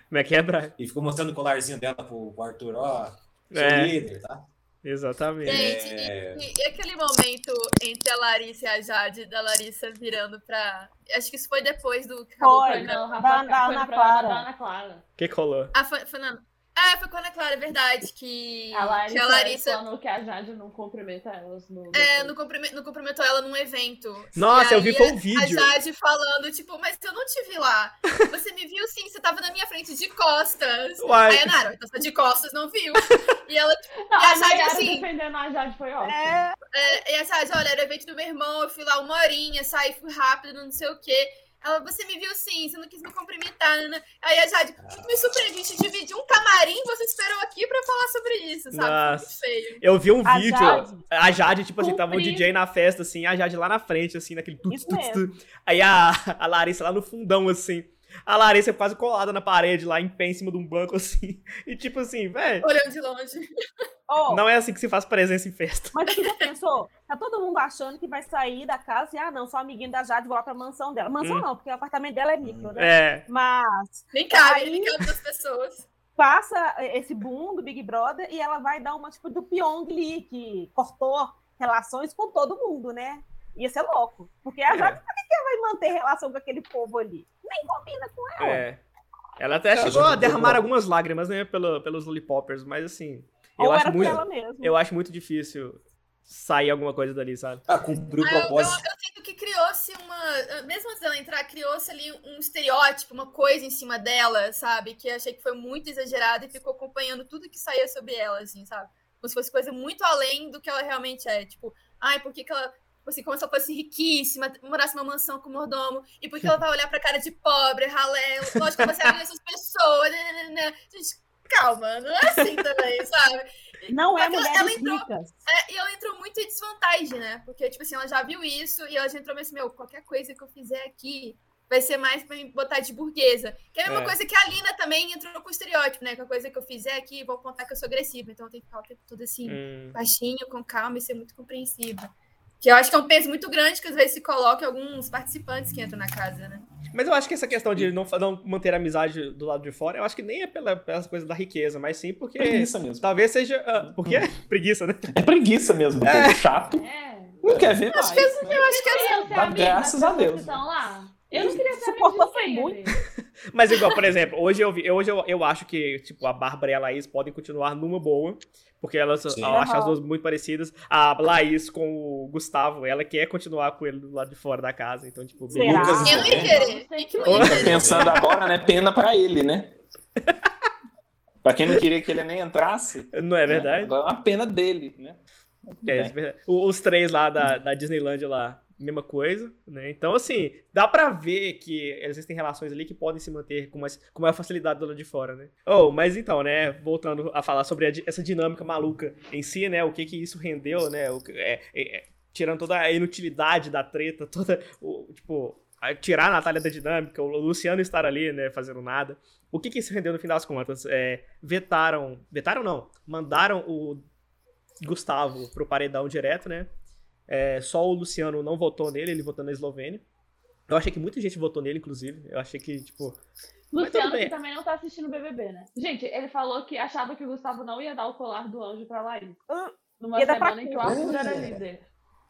Como é que é, Brian? E ficou mostrando o colarzinho dela pro, pro Arthur, ó. Sou É, líder, tá? exatamente. Gente, e- É. e, e aquele momento entre a Larissa e a Jade, da Larissa virando pra. Acho que isso foi depois do que acabou o Foi, Foi, programa. não, Rafa, Da- da foi no Ana programa Clara. da Ana Clara. O que colou? Ah, foi, foi na... Ah, foi com a Ana Clara, é verdade. Que A Larissa, que a Larissa falando que a Jade não cumprimenta elas no... é, não, comprime- não cumprimentou ela num evento. Nossa, E eu vi aí foi um A vídeo. Jade falando, tipo, mas eu não te vi lá. Você me viu sim, você tava na minha frente de costas. Uai. Aí a Nara, então você de costas não viu. E ela, tipo, Não, E a a Jade, Jade assim- defendendo a Jade foi ótimo. É, é, e a Jade, olha, era o evento do meu irmão, eu fui lá uma horinha, saí, fui rápido, não sei o quê. Ela, você me viu sim, você não quis me cumprimentar, né? Aí a Jade, me surpreendi, a gente dividiu um camarim, você esperou aqui pra falar sobre isso, sabe? Foi muito Nossa. feio. Eu vi um A vídeo. Jade. A Jade, tipo assim, tava o Cumpri. DJ na festa, assim, a Jade lá na frente, assim, naquele tuts, Isso tuts, tuts. Aí a, a Larissa lá no fundão, assim. A Larissa quase colada na parede, lá em pé, em cima de um banco, assim. E tipo assim, velho, Olhando de longe. ó, não é assim que se faz presença em festa. mas você já pensou? Tá todo mundo achando que vai sair da casa e, ah, não, sou amiguinho da Jade, vou lá pra mansão dela. Mansão Hum. não, porque o apartamento dela é micro, né? É, Mas Nem cabe, Aí- nem cabe das pessoas. passa é, esse boom do Big Brother e ela vai dar uma, tipo, do Pyong Lee, que cortou relações com todo mundo, né? Ia ser louco. Porque a É. Jade, por que que ela vai manter relação com aquele povo ali? Nem combina com ela. é. Ela até Cara, chegou já a derramar jogou. algumas lágrimas, né, pelo, pelos lollipoppers, mas assim, eu Ou acho era por muito, ela mesmo. eu acho muito difícil sair alguma coisa dali, sabe? Ah, cumpriu o Ah, eu- propósito. Eu sinto que criou-se uma. ah, Mesmo antes dela entrar, criou-se ali um estereótipo, uma coisa em cima dela, sabe? Que eu achei que foi muito exagerado e ficou acompanhando tudo que saía sobre ela, assim, sabe? Como se fosse coisa muito além do que ela realmente é. Tipo, ai, por que, que ela. tipo Assim, como se ela fosse riquíssima, morasse numa mansão com mordomo, e porque ela vai olhar pra cara de pobre, ralé, lógico que você olha essas pessoas, né, né, né. Gente, calma, não é assim também, sabe? Não é Ela- mulheres ela entrou- ricas. É, e ela entrou muito em desvantagem, né? Porque, tipo assim, ela já viu isso e ela já entrou meio assim, meu, qualquer coisa que eu fizer aqui vai ser mais pra me botar de burguesa. Que é a mesma É. coisa que a Lina também entrou com o estereótipo, né? Que a coisa que eu fizer aqui, vou contar que eu sou agressiva. Então tem que ficar o tempo todo assim, Hum. baixinho, com calma e ser muito compreensiva. Que eu acho que é um peso muito grande que às vezes se coloca em alguns participantes que entram na casa, né? Mas eu acho que essa questão de não, fa- não manter a amizade do lado de fora, eu acho que nem é pela, pela coisa da riqueza, mas sim porque. Preguiça mesmo. Talvez seja. ah, porque preguiça, né? É preguiça mesmo. do povo chato. É. Não quer ver mais. né? Eu acho que é Queriam ser Dá amigos graças das a pessoas Deus. que né? estão lá. Eu não queria ser Suportou amigo de foi ninguém muito. ali. Mas igual, por exemplo, hoje eu vi, hoje eu, eu acho que, tipo, a Bárbara e a Laís podem continuar numa boa. Porque elas Sim. eu acho as duas muito parecidas. A Laís com o Gustavo, ela quer continuar com ele do lado de fora da casa. Então, tipo, Será? beleza. Lucas Eu não ia querer. Tem Eu não ia Oi? Tá querer. pensando agora, né? Pena pra ele, né? Pra quem não queria que ele nem entrasse. Não é verdade? Agora é uma pena dele, né? É, Bem. isso é verdade. O- Os três lá da, da Disneylandia lá, mesma coisa, né? Então, assim, dá pra ver que existem relações ali que podem se manter com mais, com maior facilidade do lado de fora, né? Oh, mas então, né, voltando a falar sobre a di- essa dinâmica maluca em si, né, o que que isso rendeu, né, o que- é- é- é, tirando toda a inutilidade da treta, toda, o, tipo, a- tirar a Natália da dinâmica, o Luciano estar ali, né, fazendo nada, o que que isso rendeu no final das contas? É, vetaram, vetaram não, mandaram o Gustavo pro paredão direto, né? É, só o Luciano não votou nele, ele votou na Eslovênia. Eu achei que muita gente votou nele, inclusive. Eu achei que, tipo. tudo Luciano, bem. que também não tá assistindo o BBB, né? Gente, ele falou que achava que o Gustavo não ia dar o colar do anjo pra Laís. Ah, Numa ia dar pra semana em que o quem? Arthur era É. líder.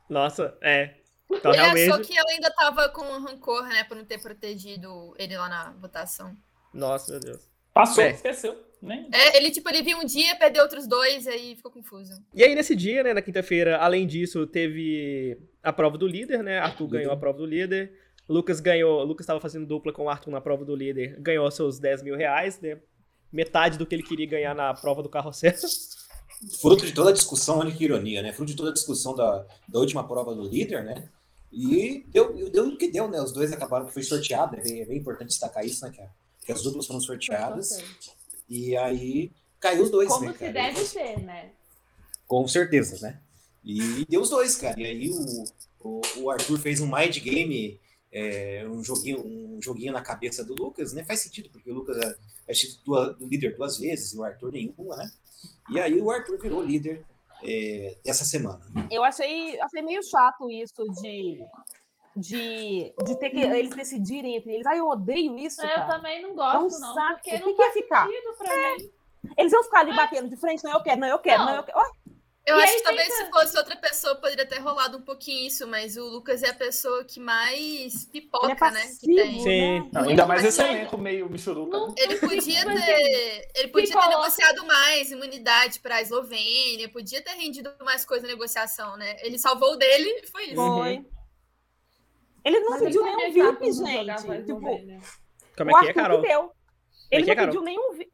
Nossa, é. Então É, só realmente. que eu ainda tava com rancor, né, por não ter protegido ele lá na votação. Nossa, meu Deus. Passou, É. esqueceu. né? Nem... É, ele, tipo, ele viu um dia, perdeu outros dois, aí ficou confuso. E aí, nesse dia, né, na quinta-feira, além disso, teve a prova do líder, né? Arthur Líder. ganhou a prova do líder. Lucas ganhou. Lucas estava fazendo dupla com o Arthur na prova do líder. Ganhou seus 10 mil reais, né? Metade do que ele queria ganhar na prova do carrossel. Fruto de toda a discussão, olha que ironia, né? Fruto de toda a discussão da, da última prova do líder, né? E deu, deu o que deu, né? Os dois acabaram que foi sorteado, é bem, é bem importante destacar isso, né? Que, a- que as duplas foram sorteadas. E aí caiu os dois, né? Como se cara? deve ser, né? Com certeza, né? E deu os dois, cara. E aí o, o, o Arthur fez um mind game, é, um, joguinho, um joguinho na cabeça do Lucas, né? Faz sentido, porque o Lucas é, é título do, do líder duas vezes e o Arthur nenhuma, né? E aí o Arthur virou líder é, dessa semana. Eu achei, achei meio chato isso de, de, de ter que eles decidirem entre eles. Ah, eu odeio isso, Eu cara. também não É um gosto, não. saco. O Porque que, não que ia faz ficar? É, sentido pra mim. Eles iam ficar ali batendo de frente, não, eu quero, não, eu quero, não, Não. eu quero. Ó, Eu E acho aí que talvez fica- se fosse outra pessoa poderia ter rolado um pouquinho isso, mas o Lucas é a pessoa que mais pipoca, ele é né? passivo, Que tem. Sim. Não, então, ainda mais Mas esse aí- elenco meio bichuruca. Não né? Ele podia Mas, ter, ele podia ter coloca- negociado mais imunidade para a Eslovênia, podia ter rendido mais coisa na negociação, né? Ele salvou o dele e foi isso. Bom, Foi. Ele não Mas ele tá pediu sabia nenhum que a VIP, Arthur não jogava gente. mais Tipo, uma vez, né? Como o é que é, Arthur Carol? que deu. Ele que é, não Carol? pediu nenhum vi-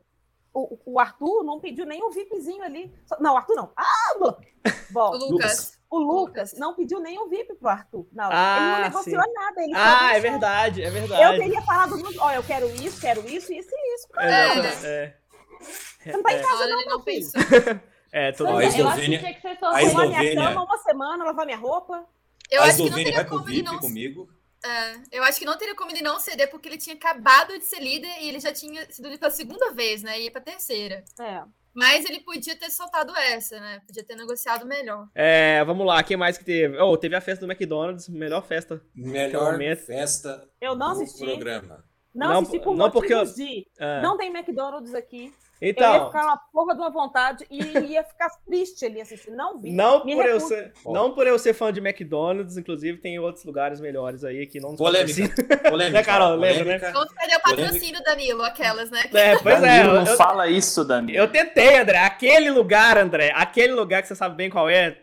o, o Arthur não pediu nenhum VIPzinho ali. Só- Não, o Arthur não. Ah, bom. O Bom, Lucas. o Lucas não pediu nenhum VIP pro Arthur. Não, ele Ah, não negociou nada. Ele só Ah, é deixou. verdade, é Eu verdade. teria falado, muito, ó, eu quero isso, quero isso, isso e isso. É, É. nossa, é. Você não tá em É. casa, Olha, não, ele não meu filho. pensou. É, todo Ó, Pois mundo. a é, eu acho que Eslovênia- tinha que ser a sorteio. Lavar minha Eslovênia. cama uma semana, lavar minha roupa. Eu a acho que não Eslovênia teria vai pro como ele VIP não. comigo. é, eu acho que não teria como ele não ceder, porque ele tinha acabado de ser líder e ele já tinha sido líder pela segunda vez, né? E ia pra terceira. É. Mas ele podia ter soltado essa, né? Podia ter negociado melhor. É, vamos lá, quem mais que teve? Oh, teve a festa do McDonald's, melhor festa. Melhor Realmente. festa Eu não do assisti. programa. Não, Não, assisti por não, não porque eu- de. É. Não tem McDonald's aqui. Eu ia então, ficar uma porra de uma vontade e ia ficar triste ali assistindo. Não vi. não Me por, eu recuso. ser, não por eu ser fã de McDonald's, inclusive tem outros lugares melhores aí que não... Polêmica. Polêmica. Né, Carol? Lembra, polêmica. Vamos perder Então, o patrocínio, Danilo, aquelas, né? É, pois é, Danilo, eu, não fala isso, Dani. eu tentei, André, aquele lugar, André, aquele lugar que você sabe bem qual é,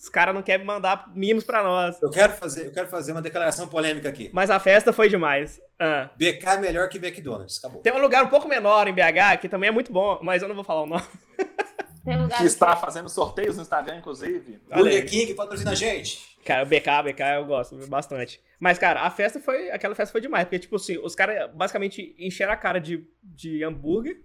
os caras não querem mandar mimos pra nós. Eu quero fazer, eu quero fazer uma declaração polêmica aqui. Mas a festa foi demais. Ah. BK é melhor que McDonald's. Acabou. Tem um lugar um pouco menor em BH, que também é muito bom, mas eu não vou falar o nome. Tem lugar Que está fazendo sorteios no Instagram, inclusive. Olha aí. Burger King patrocina a gente. Cara, o BK, BK eu gosto bastante. Mas, cara, a festa foi. Aquela festa foi demais. Porque, tipo assim, os caras basicamente encheram a cara de, de hambúrguer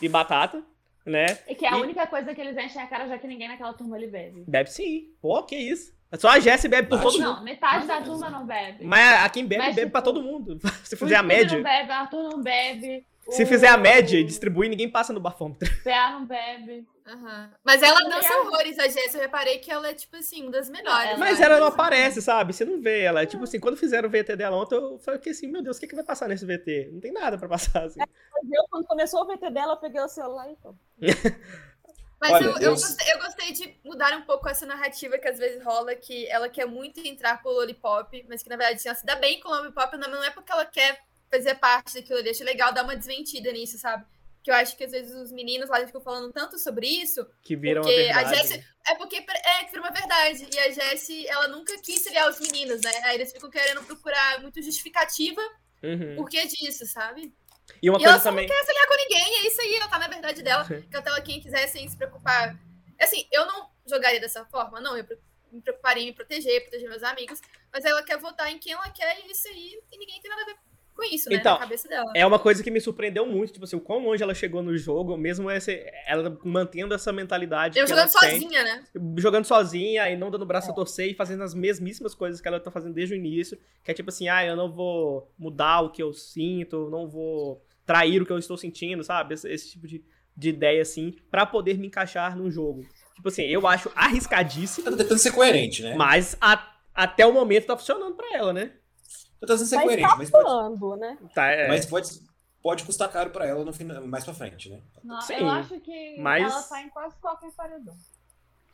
e batata, né? E que é a E- única coisa que eles enchem a cara, já que ninguém naquela turma ali bebe. Bebe sim. Pô, que isso. Só a Jess bebe por Mas todo mundo. Não, metade da turma não bebe. Mas a quem bebe, Mas, bebe tipo, pra todo mundo. Se O fizer a Scooby média. não bebe, o Arthur não bebe. Se o- fizer a média e distribuir, ninguém passa no bafômetro. O PA não bebe. Aham. Mas ela Não, dança ela- horrores, a Jéssica. Eu reparei que ela é, tipo assim, uma das melhores. né? Ela Mas é ela não dançante. aparece, sabe? Você não vê ela. É Tipo assim, quando fizeram o VT dela ontem, eu falei que assim, meu Deus, o que, que vai passar nesse VT? Não tem nada pra passar, assim. Mas eu, quando começou o VT dela, eu peguei o celular e falei. Mas Olha, eu, eu eu- gostei, eu gostei de mudar um pouco essa narrativa que às vezes rola, que ela quer muito entrar pro Lollipop, mas que na verdade assim, ela se dá bem com o Lollipop, não não é porque ela quer fazer parte daquilo ali. Acho legal dar uma desmentida nisso, sabe? Que eu acho que às vezes os meninos lá ficam falando tanto sobre isso, Que viram Porque a a verdade. Jessie- É porque pre- é que foi uma verdade. E a Jessie, ela nunca quis criar os meninos, né? Aí eles ficam querendo procurar muito justificativa Uhum. por que disso, sabe? E uma e coisa ela só também. não quer se aliar com ninguém, é isso aí, ela tá na verdade dela. Que ela quem quiser sem se preocupar. Assim, eu não jogaria dessa forma, não. Eu pre- me preocuparia em me proteger, proteger meus amigos. Mas ela quer votar em quem ela quer e isso aí, e ninguém tem nada a ver com isso, né? Então, na cabeça dela. É uma coisa que me surpreendeu muito, tipo assim, o quão longe ela chegou no jogo, mesmo essa, ela mantendo essa mentalidade. Eu que ela jogando tem, sozinha, né? Jogando sozinha e não dando braço a torcer e fazendo as mesmíssimas coisas que ela tá fazendo desde o início. Que é tipo assim, ah, eu não vou mudar o que eu sinto, não vou trair o que eu estou sentindo, sabe? Esse, esse tipo de, de ideia, assim, pra poder me encaixar num jogo. Tipo assim, eu acho arriscadíssimo, Tá tentando ser coerente, né? mas a- até o momento tá funcionando pra ela, né? Tá tentando ser Tá coerente, mas pode, escapando, né? Tá, é. mas pode, pode custar caro pra ela no final, mais pra frente, né? Não, Sim, eu acho que mas- ela tá em quase qualquer paredão.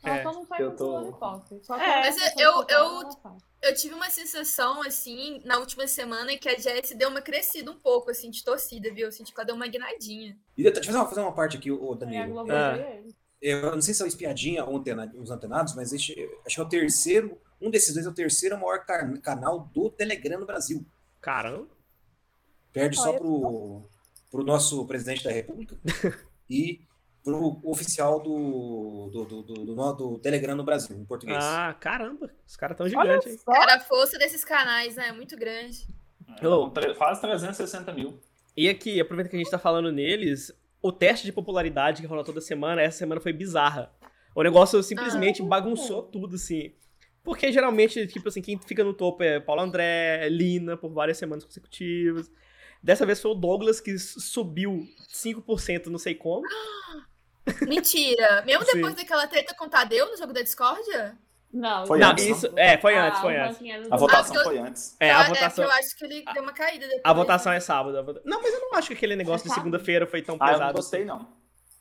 Ela É, só não sai eu com tô- o Lollipop. Só que É. ela Mas só eu- sai com eu- lollipop. Eu tive uma sensação, assim, na última semana, que a Jess deu uma crescida um pouco, assim, de torcida, viu? Eu senti que ela deu uma guinadinha. E deixa eu fazer uma, fazer uma parte aqui, ô E É, a Danilo. Globo Ah. odeia ele. Eu não sei se é o Espiadinha ou antena- os antenados, mas este- acho que é o terceiro, um desses dois é o terceiro maior car- canal do Telegram no Brasil. Caramba. Perde só Olha pro, pro nosso presidente da República e pro oficial do, do, do, do- do no- do Telegram no Brasil, em português. Ah, caramba. Os caras tão Olha gigantes, hein? só, Cara, a força desses canais, né? É muito grande. Ô. Com tre- Quase 360 mil. E aqui, aproveita que a gente tá falando neles, o teste de popularidade que rola toda semana, essa semana foi bizarra. O negócio simplesmente Ah, uhum. bagunçou tudo, assim. Porque geralmente, tipo assim, quem fica no topo é Paulo André, Lina, por várias semanas consecutivas. Dessa vez foi o Douglas que s- subiu 5%, não sei como. Mentira! Mesmo Sim. depois daquela treta com o Tadeu no jogo da discórdia? Não, Foi não, não, antes, né? isso. É, foi antes, Ah, foi o antes. ranking era do A votação eu- foi antes. É, Eu- a Tá, porque votação. eu acho que ele deu uma caída depois. A votação é sábado. a vota- Não, mas eu não acho que aquele negócio de sábado? segunda-feira foi tão Ah, eu não pesado. gostei, não.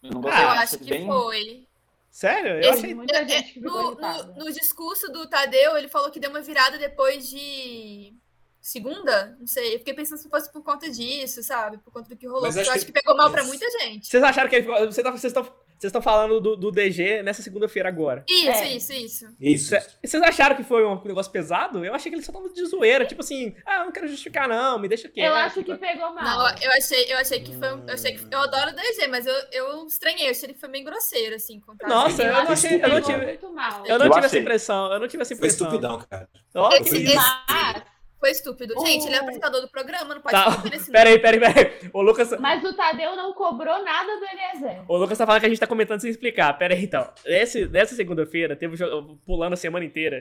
Eu Ah, Eu não gostei. não. acho que bem... foi. Sério? Eu Esse- achei. Muita é, gente que ficou no, irritada. no- no discurso do Tadeu, ele falou que deu uma virada depois de segunda, não sei. Eu fiquei pensando se fosse por conta disso, sabe? Por conta do que rolou. Mas Porque acho eu acho que- que pegou mal pra Isso. muita gente. Vocês acharam que ele ficou. Vocês tá- vocês estão vocês estão falando do, do DG nessa segunda-feira agora. Isso, É. isso, isso. Isso. Cê- Vocês acharam que foi um negócio pesado? Eu achei que ele só tava de zoeira, tipo assim, ah, não quero justificar não, me deixa quieto. Eu acho que pegou mal. Não, eu achei, eu achei que foi. um- Eu, achei que, eu Hum. adoro o DG, mas eu, eu estranhei, eu achei ele foi bem grosseiro, assim, tá contar. Nossa, eu acho não que achei- eu não pegou tive- muito mal. Eu não Eu tive essa achei. impressão, eu não tive essa Foi impressão. estupidão, cara. Ó, É que Esse- isso. Mas, Foi estúpido. Gente, Oh. ele é apresentador do programa, não pode Tá. tá. fazer isso. Peraí, peraí, peraí. O Lucas, mas o Tadeu não cobrou nada do Eliezer. o Lucas tá falando que a gente tá comentando sem explicar. Peraí, então. Esse, nessa segunda-feira, teve o jogo, pulando a semana inteira.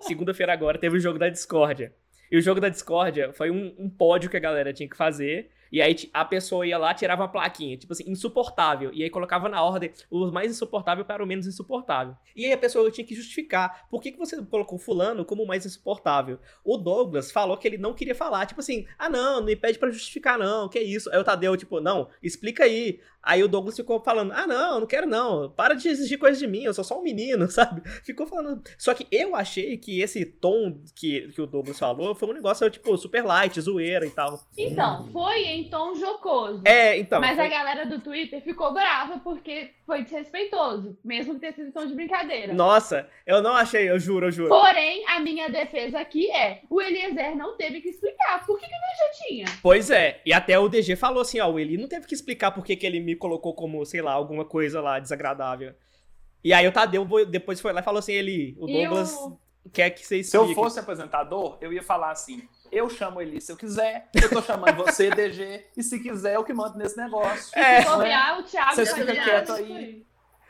segunda-feira agora, teve o jogo da discórdia. E o jogo da discórdia foi um, um pódio que a galera tinha que fazer. E aí ti- a pessoa ia lá, tirava uma plaquinha, tipo assim, insuportável. E aí colocava na ordem o mais insuportável para o menos insuportável. E aí a pessoa tinha que justificar por que, que você colocou fulano como o mais insuportável. O Douglas falou que ele não queria falar, tipo assim, ah não, não me pede pra justificar não, que isso. Aí o Tadeu, tipo, não, explica aí. Aí o Douglas ficou falando, ah não, não quero não, para de exigir coisa de mim, eu sou só um menino, sabe? ficou falando. Só que eu achei que esse tom que, que o Douglas falou foi um negócio, tipo, super light, zoeira e tal. Então, foi em tom jocoso. Hum. É, então. Mas foi- a galera do Twitter ficou brava porque foi desrespeitoso, mesmo que tenha sido tom de brincadeira. Nossa, eu não achei, eu juro, eu juro. Porém, a minha defesa aqui é: o Eliezer não teve que explicar. Por que, que ele já tinha? Pois é, e até o DG falou assim, ó, ele não teve que explicar por que que ele me colocou como, sei lá, alguma coisa lá desagradável. E aí o Tadeu vo- depois foi lá e falou assim, ele, o E Douglas o- quer que você Se eu explique. fosse apresentador, eu ia falar assim: eu chamo ele se eu quiser, eu tô chamando você, DG, e se quiser, eu que mando nesse negócio. É. Se bobear, ah, o Thiago Vocês já ficam tinha quieto dito aí. isso.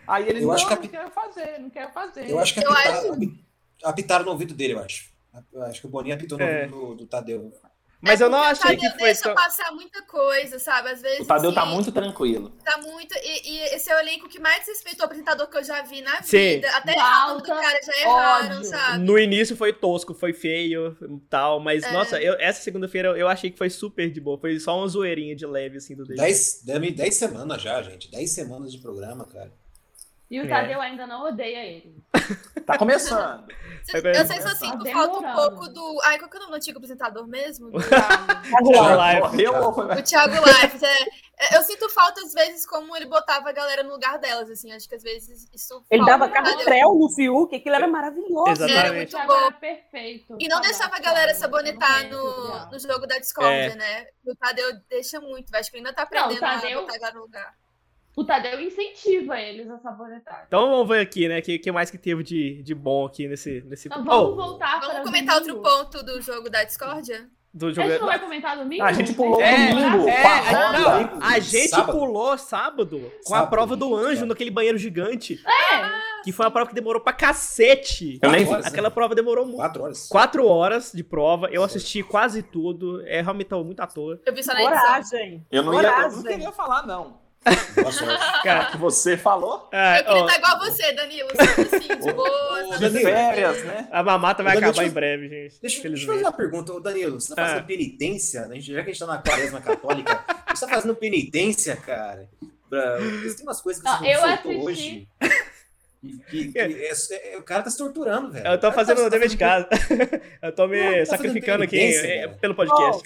Aí ele Eu não, acho que a não pi- quero fazer, não quero fazer. Eu acho que Eu apitaram, api- apitaram no ouvido dele, eu acho. Eu acho que o Boninho apitou no É. ouvido do, do Tadeu. Mas É eu não porque o achei que Tadeu foi deixa tão... passar muita coisa, sabe? Às vezes. O Tadeu tá assim, muito tranquilo. Tá muito. E, e esse é o elenco que mais respeitou o apresentador que eu já vi na Sim. vida. Até Falta o nome do cara já erraram, ódio. sabe? No início foi tosco, foi feio e tal, mas É. nossa, eu- essa segunda-feira eu achei que foi super de boa, foi só uma zoeirinha de leve assim do DG. Dez, dez, dez semanas já, gente. Dez semanas de programa, cara. E É. o Tadeu ainda não odeia ele. Tá começando. É Eu, sei só sinto Tá falta um demorando. pouco do. Ai, qual que é o nome do antigo apresentador mesmo? Do- Thiago Live. morreu ou foi O Thiago Life, é. Eu sinto falta, às vezes, como ele botava a galera no lugar delas, assim. Acho que às vezes isso. Ele falta, dava entendeu? carretel no Fiuk, aquilo era maravilhoso. Era Exatamente. é muito O Thiago bom. era Então, perfeito. E não Saudade, deixava a galera Thiago. sabonetar Eu não no, lembro, no jogo da discórdia, É. né? O Tadeu deixa muito, acho que ainda tá aprendendo Tadeu- tá a botar a galera no lugar. O Tadeu incentiva eles a sabonetar. Então vamos ver aqui, né? O que, que mais que teve de, de bom aqui nesse. nesse... Tá Então vamos Oh, voltar para Vamos comentar domingo. outro ponto do jogo da discórdia? do A jogo. gente não vai comentar domingo? A gente pulou É, domingo é, com a a, roda. não, a gente Sábado. pulou sábado com a Sábado. prova do anjo Sábado. naquele banheiro gigante. É, Que foi uma prova que demorou pra cacete. Eu nem vi. Quatro horas, Aquela né? prova demorou muito. Quatro horas. Quatro horas de prova, eu Sim. assisti quase tudo. É, realmente tava muito à toa. Eu vi só na edição. Coragem. Eu não, ia, eu não Coragem. queria falar, não. Boa sorte. Cara, Que você falou. é, Eu queria ó, estar tá igual a você, Danilo. sabe, Assim, de boa. Ô, sabe? De Danilo, férias, né? a mamata vai Ô, Danilo, acabar em deixa eu- breve, gente. Deixa, deixa eu fazer Felizmente. uma pergunta, ô Danilo. Você tá Ah. fazendo penitência? né? Já que a gente tá na quaresma católica, você tá fazendo penitência, cara? Pra... Tem umas coisas que Não, você não eu soltou assisti. hoje. E que- que- é- é- o cara tá se torturando, velho. Eu tô O cara tá- fazendo o tá dever de casa. Eu tô Não, tá me fazendo sacrificando aqui penitência, eh, cara. pelo podcast.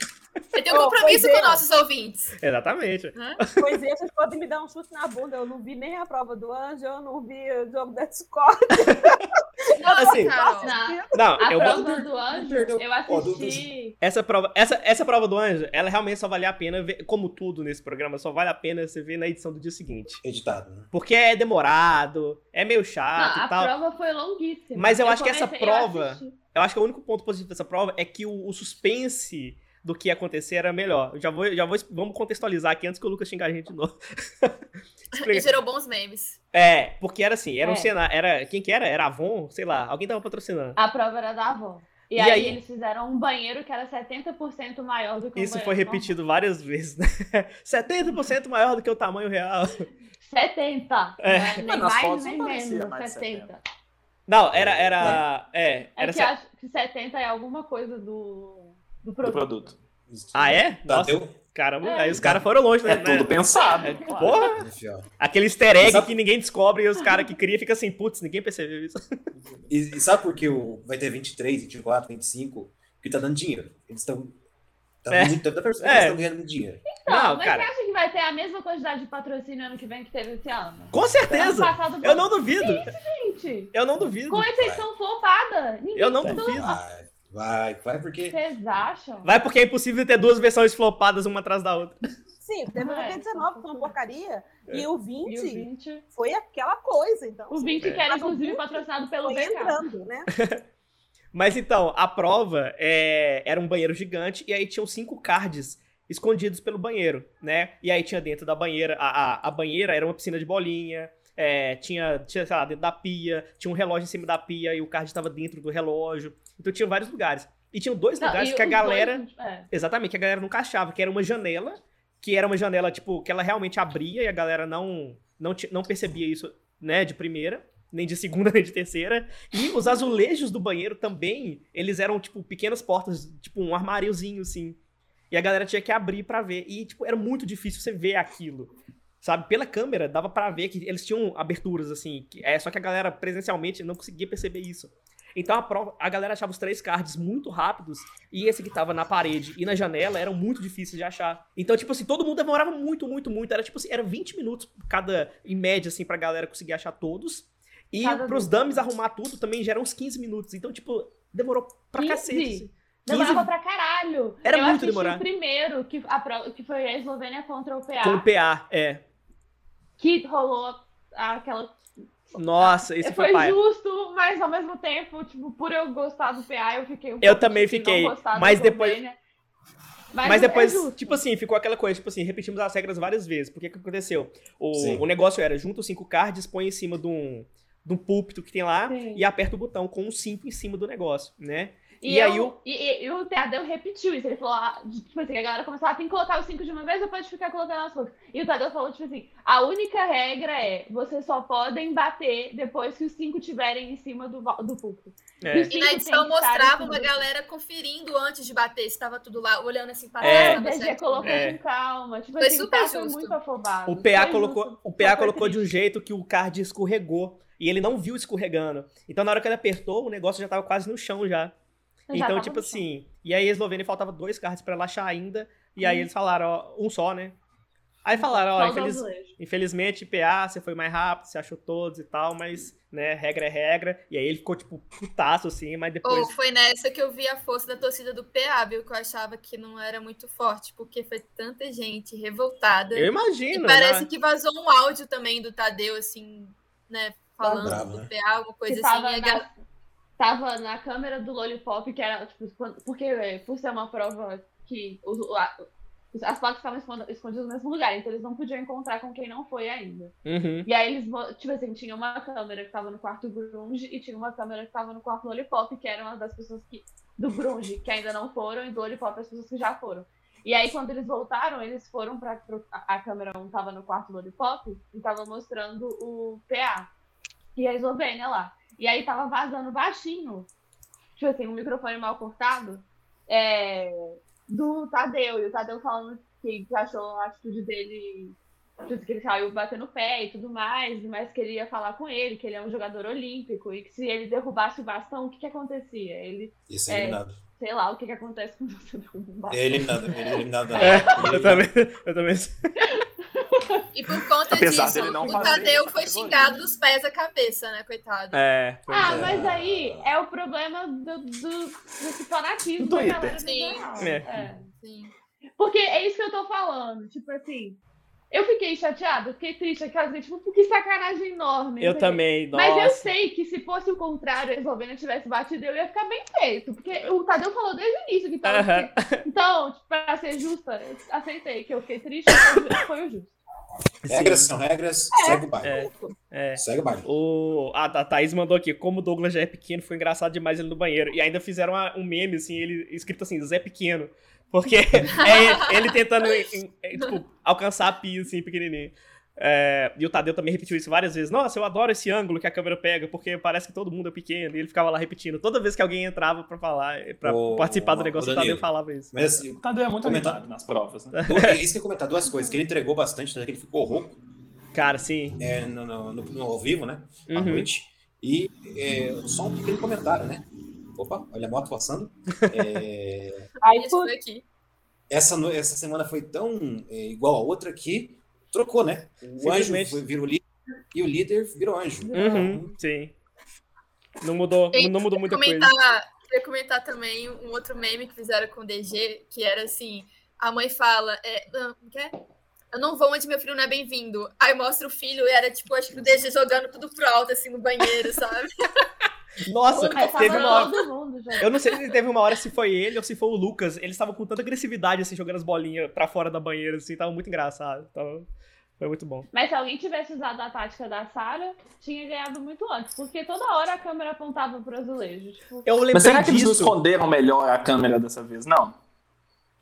Você tem um Ô, compromisso pois é. com nossos ouvintes. Exatamente. Pois é, vocês podem me dar um chute na bunda. Eu não vi nem a prova do anjo, eu não vi o jogo da escola. Nossa, Assim, Carol. Tá Não, Não, a eu vou- prova do anjo, perdeu. eu Ó, do- assisti. Essa prova, essa, essa prova do anjo, ela realmente só vale a pena ver, como tudo nesse programa, só vale a pena você ver na edição do dia seguinte. Editado, né? Porque é demorado, é meio chato Não, a e tal. prova foi longuíssima. Mas eu acho que essa eu prova- assisti. Eu acho que o único ponto positivo dessa prova é que o, o suspense do que ia acontecer era melhor. Eu já vou, já vou, vamos contextualizar aqui antes que o Lucas xingar a gente de novo. E Explica. gerou bons memes. um é, porque era assim, era um É. cenário, era, quem que era? Era Avon? Sei lá, alguém tava patrocinando. A prova era da avó. E, E aí, aí- eles fizeram um banheiro que era 70% maior do que o Isso banheiro foi normal. repetido várias vezes, né? 70% maior do que o tamanho real. 70. É. né? Nem Mas nas mais, fotos nem não parecia menos. mais de 70. Não, era, Né? era, é, É era... que eu acho que 70 é alguma coisa do, do do produto. produto. Ah, é? Tá, Nossa, deu- caramba, É. aí os caras foram longe, né? É tudo pensado. claro. Porra, Enfim, ó. aquele easter egg Sabe- que ninguém descobre e os caras que cria ficam assim, putz, ninguém percebeu isso. E, e sabe por que o- vai ter 23, 24, 25? Porque tá dando dinheiro. Eles estão. Tá É. muito, tá, tá, eles É. estão ganhando muito dinheiro. Então, Não, mas cara. você acha que vai ter a mesma quantidade de patrocínio ano que vem que é teve esse ano? Com certeza! Ano passado, Eu não duvido, gente. eu não duvido. Com exceção flopada. Ninguém Eu não tá- duvido. Vai, Ah, vai, vai, porque. Vocês acham? Vai porque é impossível ter duas versões flopadas uma atrás da outra. Sim, teve Ah, é, 19, que foi uma porcaria. E o 20 E o 20. foi aquela coisa, então. O 20 que É. era, inclusive, patrocinado pelo foi BK. entrando, né? Mas então, a prova é, era um banheiro gigante e aí tinham cinco cards escondidos pelo banheiro, né? E aí tinha dentro da banheira, a, a, a banheira era uma piscina de bolinha, é, tinha, tinha, sei lá, dentro da pia, tinha um relógio em cima da pia e o card estava dentro do relógio. Então tinha vários lugares. E tinham dois Não, lugares e que a os galera... dois- é. Exatamente, que a galera nunca achava, que era uma janela, que era uma janela, tipo, que ela realmente abria e a galera não não, ti- não percebia isso, né, de primeira, nem de segunda, nem de terceira. E os azulejos do banheiro também, eles eram, tipo, pequenas portas, tipo, um armáriozinho, assim. E a galera tinha que abrir pra ver. E, tipo, era muito difícil você ver aquilo. Sabe, pela câmera dava pra ver que eles tinham aberturas, assim. que- é, só que a galera presencialmente não conseguia perceber isso. Então a, prova, a galera achava os três cards muito rápidos e esse que tava na parede e na janela eram muito difíceis de achar. Então, tipo assim, todo mundo demorava muito, muito, muito. Era tipo assim, era 20 minutos cada, em média, assim, pra galera conseguir achar todos. E Cada pros vez. dummies arrumar tudo também já eram uns 15 minutos. Então, tipo, demorou pra 15? cacete. assim. Demorava pra caralho. Era eu muito assisti demorado. o primeiro, que, a prova- que foi a Eslovênia contra o PA, Com o PA, é. que rolou aquela... Nossa, esse foi, É, foi pai. justo, mas ao mesmo tempo, tipo, por eu gostar do PA, eu fiquei um Eu pouco, também tipo, fiquei, não gostar da mas depois- Eslovênia. Mas né? é depois, justo. tipo assim, ficou aquela coisa, tipo assim, repetimos as regras várias vezes. Porque que aconteceu? Sim. O, o negócio era junta os cinco cards, põe em cima de um, de um púlpito que tem lá Sim. e aperta o botão com um cinco em cima do negócio, né? E, E aí eu, o- e, e- e o Tadeu repetiu isso. Ele falou, ah, de- tipo assim, a galera começou a tem que colocar os cinco de uma vez ou pode ficar colocando as coisas. E o Tadeu falou, tipo assim, a única regra é vocês só podem bater depois que os cinco estiverem em cima do, vo- do púlpito. É. os E na edição cinco têm que estar mostrava em cima uma do- galera conferindo antes de bater, se tava tudo lá, olhando assim para É, trás, o tava DG certo. colocou É. com calma. Tipo Foi assim, super tá, foi justo. muito afobado. O Foi PA é justo. colocou, o Só PA foi colocou de triste. um jeito que o card escorregou e ele não viu escorregando. Então na hora que ele apertou, o negócio já tava quase no chão já. Já então tava tipo no chão. assim, e aí a Eslovênia faltava dois cards pra ela achar ainda, e aí eles falaram, ó, um só, né? Aí falaram, ó, Uhum. Só os infeliz- azulejos. infelizmente PA, você foi mais rápido, você achou todos e tal, mas né, regra é regra. E aí ele ficou tipo putaço assim, mas depois Ou foi nessa que eu vi a força da torcida do PA, viu? Que eu achava que não era muito forte, porque foi tanta gente revoltada. eu E imagino, parece né? que vazou um áudio também do Tadeu, assim, né? Falando Bravo, do né? PA, alguma coisa que assim. tava, e a na, galera- tava na câmera do Lollipop, que era, tipo, quando- porque é, por ser uma prova que o- o- a- os- as placas estavam escond- escondidas no mesmo lugar, então eles não podiam encontrar com quem não foi ainda. Uhum. E aí eles, mo- tipo assim, tinha uma câmera que tava no quarto Grunge e tinha uma câmera que tava no quarto Lollipop, que era uma das pessoas que, do Grunge, que ainda não foram, e do Lollipop as pessoas que já foram. E aí, quando eles voltaram, eles foram pra. pro- A a câmera 1 tava no quarto Lollipop e tava mostrando o PA e a Eslovênia lá. E aí tava vazando baixinho, tipo assim, um microfone mal cortado, é, do Tadeu. E o Tadeu falando que, que achou a atitude dele Tudo que ele saiu batendo o pé e tudo mais, mas queria falar com ele, que ele é um jogador olímpico, e que se ele derrubasse o bastão, o que, que acontecia? Ele, Isso É. é eliminado. sei lá, o que, que acontece quando você derruba um bastão. É eliminado, ele é eliminado. da- É, ele- eu também. Eu também. E por conta Apesar disso, dele não o fazer Tadeu essa foi categoria. xingado dos pés à cabeça, né, coitado? É, pois Ah, é. mas aí é o problema do, do, desse fanatismo Do da galera Twitter. no Sim. geral. É. É. Sim. Porque é isso que eu tô falando. Tipo assim, eu fiquei chateada, eu fiquei triste aquela vez. Tipo, que sacanagem enorme. Eu Não sei o quê. também, nossa. é. Mas eu sei que se fosse o contrário, a Eslovênia tivesse batido, eu ia ficar bem feito. Porque o Tadeu falou desde o início que tava. Aham. Então, tipo, pra ser justa, eu aceitei que eu fiquei triste, foi o ju- foi o justo. Regras são regras, segue o baile. É, é. Segue o baile. O... Ah, tá, a Thaís mandou aqui, como o Douglas já é pequeno, foi engraçado demais ele no banheiro. E ainda fizeram uma- um meme, assim, ele escrito assim, Zé Pequeno. Porque é ele, ele tentando em- em- tipo, alcançar a pia, assim, pequenininho. É, e o Tadeu também repetiu isso várias vezes. Nossa, eu adoro esse ângulo que a câmera pega, porque parece que todo mundo é pequeno. E ele ficava lá repetindo. Toda vez que alguém entrava pra falar, eh, pra Ô, participar do ô, negócio, o Danilo. Tadeu falava isso. Mas assim, O Tadeu é muito Comentário. animado nas provas, né? du- é isso que eu ia comentar, duas coisas, que ele entregou bastante, né, que ele ficou rouco Cara, sim. é, no, no- no- no ao vivo, né? À Uhum. noite. E é, só um pequeno comentário, né? Opa, olha a moto passando. É, Aí, Isso putz, daqui. essa, no- essa semana foi tão é, igual a outra que trocou, né? O anjo Simplesmente. foi, virou líder e o líder virou anjo. Uhum, sim. Não mudou, Gente, não mudou muita coisa. comentar, Queria comentar também um outro meme que fizeram com o DG, que era assim: a mãe fala, é, não, como que é? Eu não vou onde meu filho não é bem-vindo. Aí mostra o filho e era tipo, acho que o DG jogando tudo pro alto, assim, no banheiro, sabe? Nossa, Mas tava teve uma hora. todo mundo, gente. Eu não sei se teve uma hora se foi ele ou se foi o Lucas. Eles estavam com tanta agressividade, assim, jogando as bolinhas pra fora da banheira, assim, tava muito engraçado. Tava... Foi muito bom. Mas se alguém tivesse usado a tática da Sarah, tinha ganhado muito antes. Porque toda hora a câmera apontava pro azulejo. Tipo, Eu lembrei Mas será que eles não disso. esconderam melhor a câmera dessa vez? Não.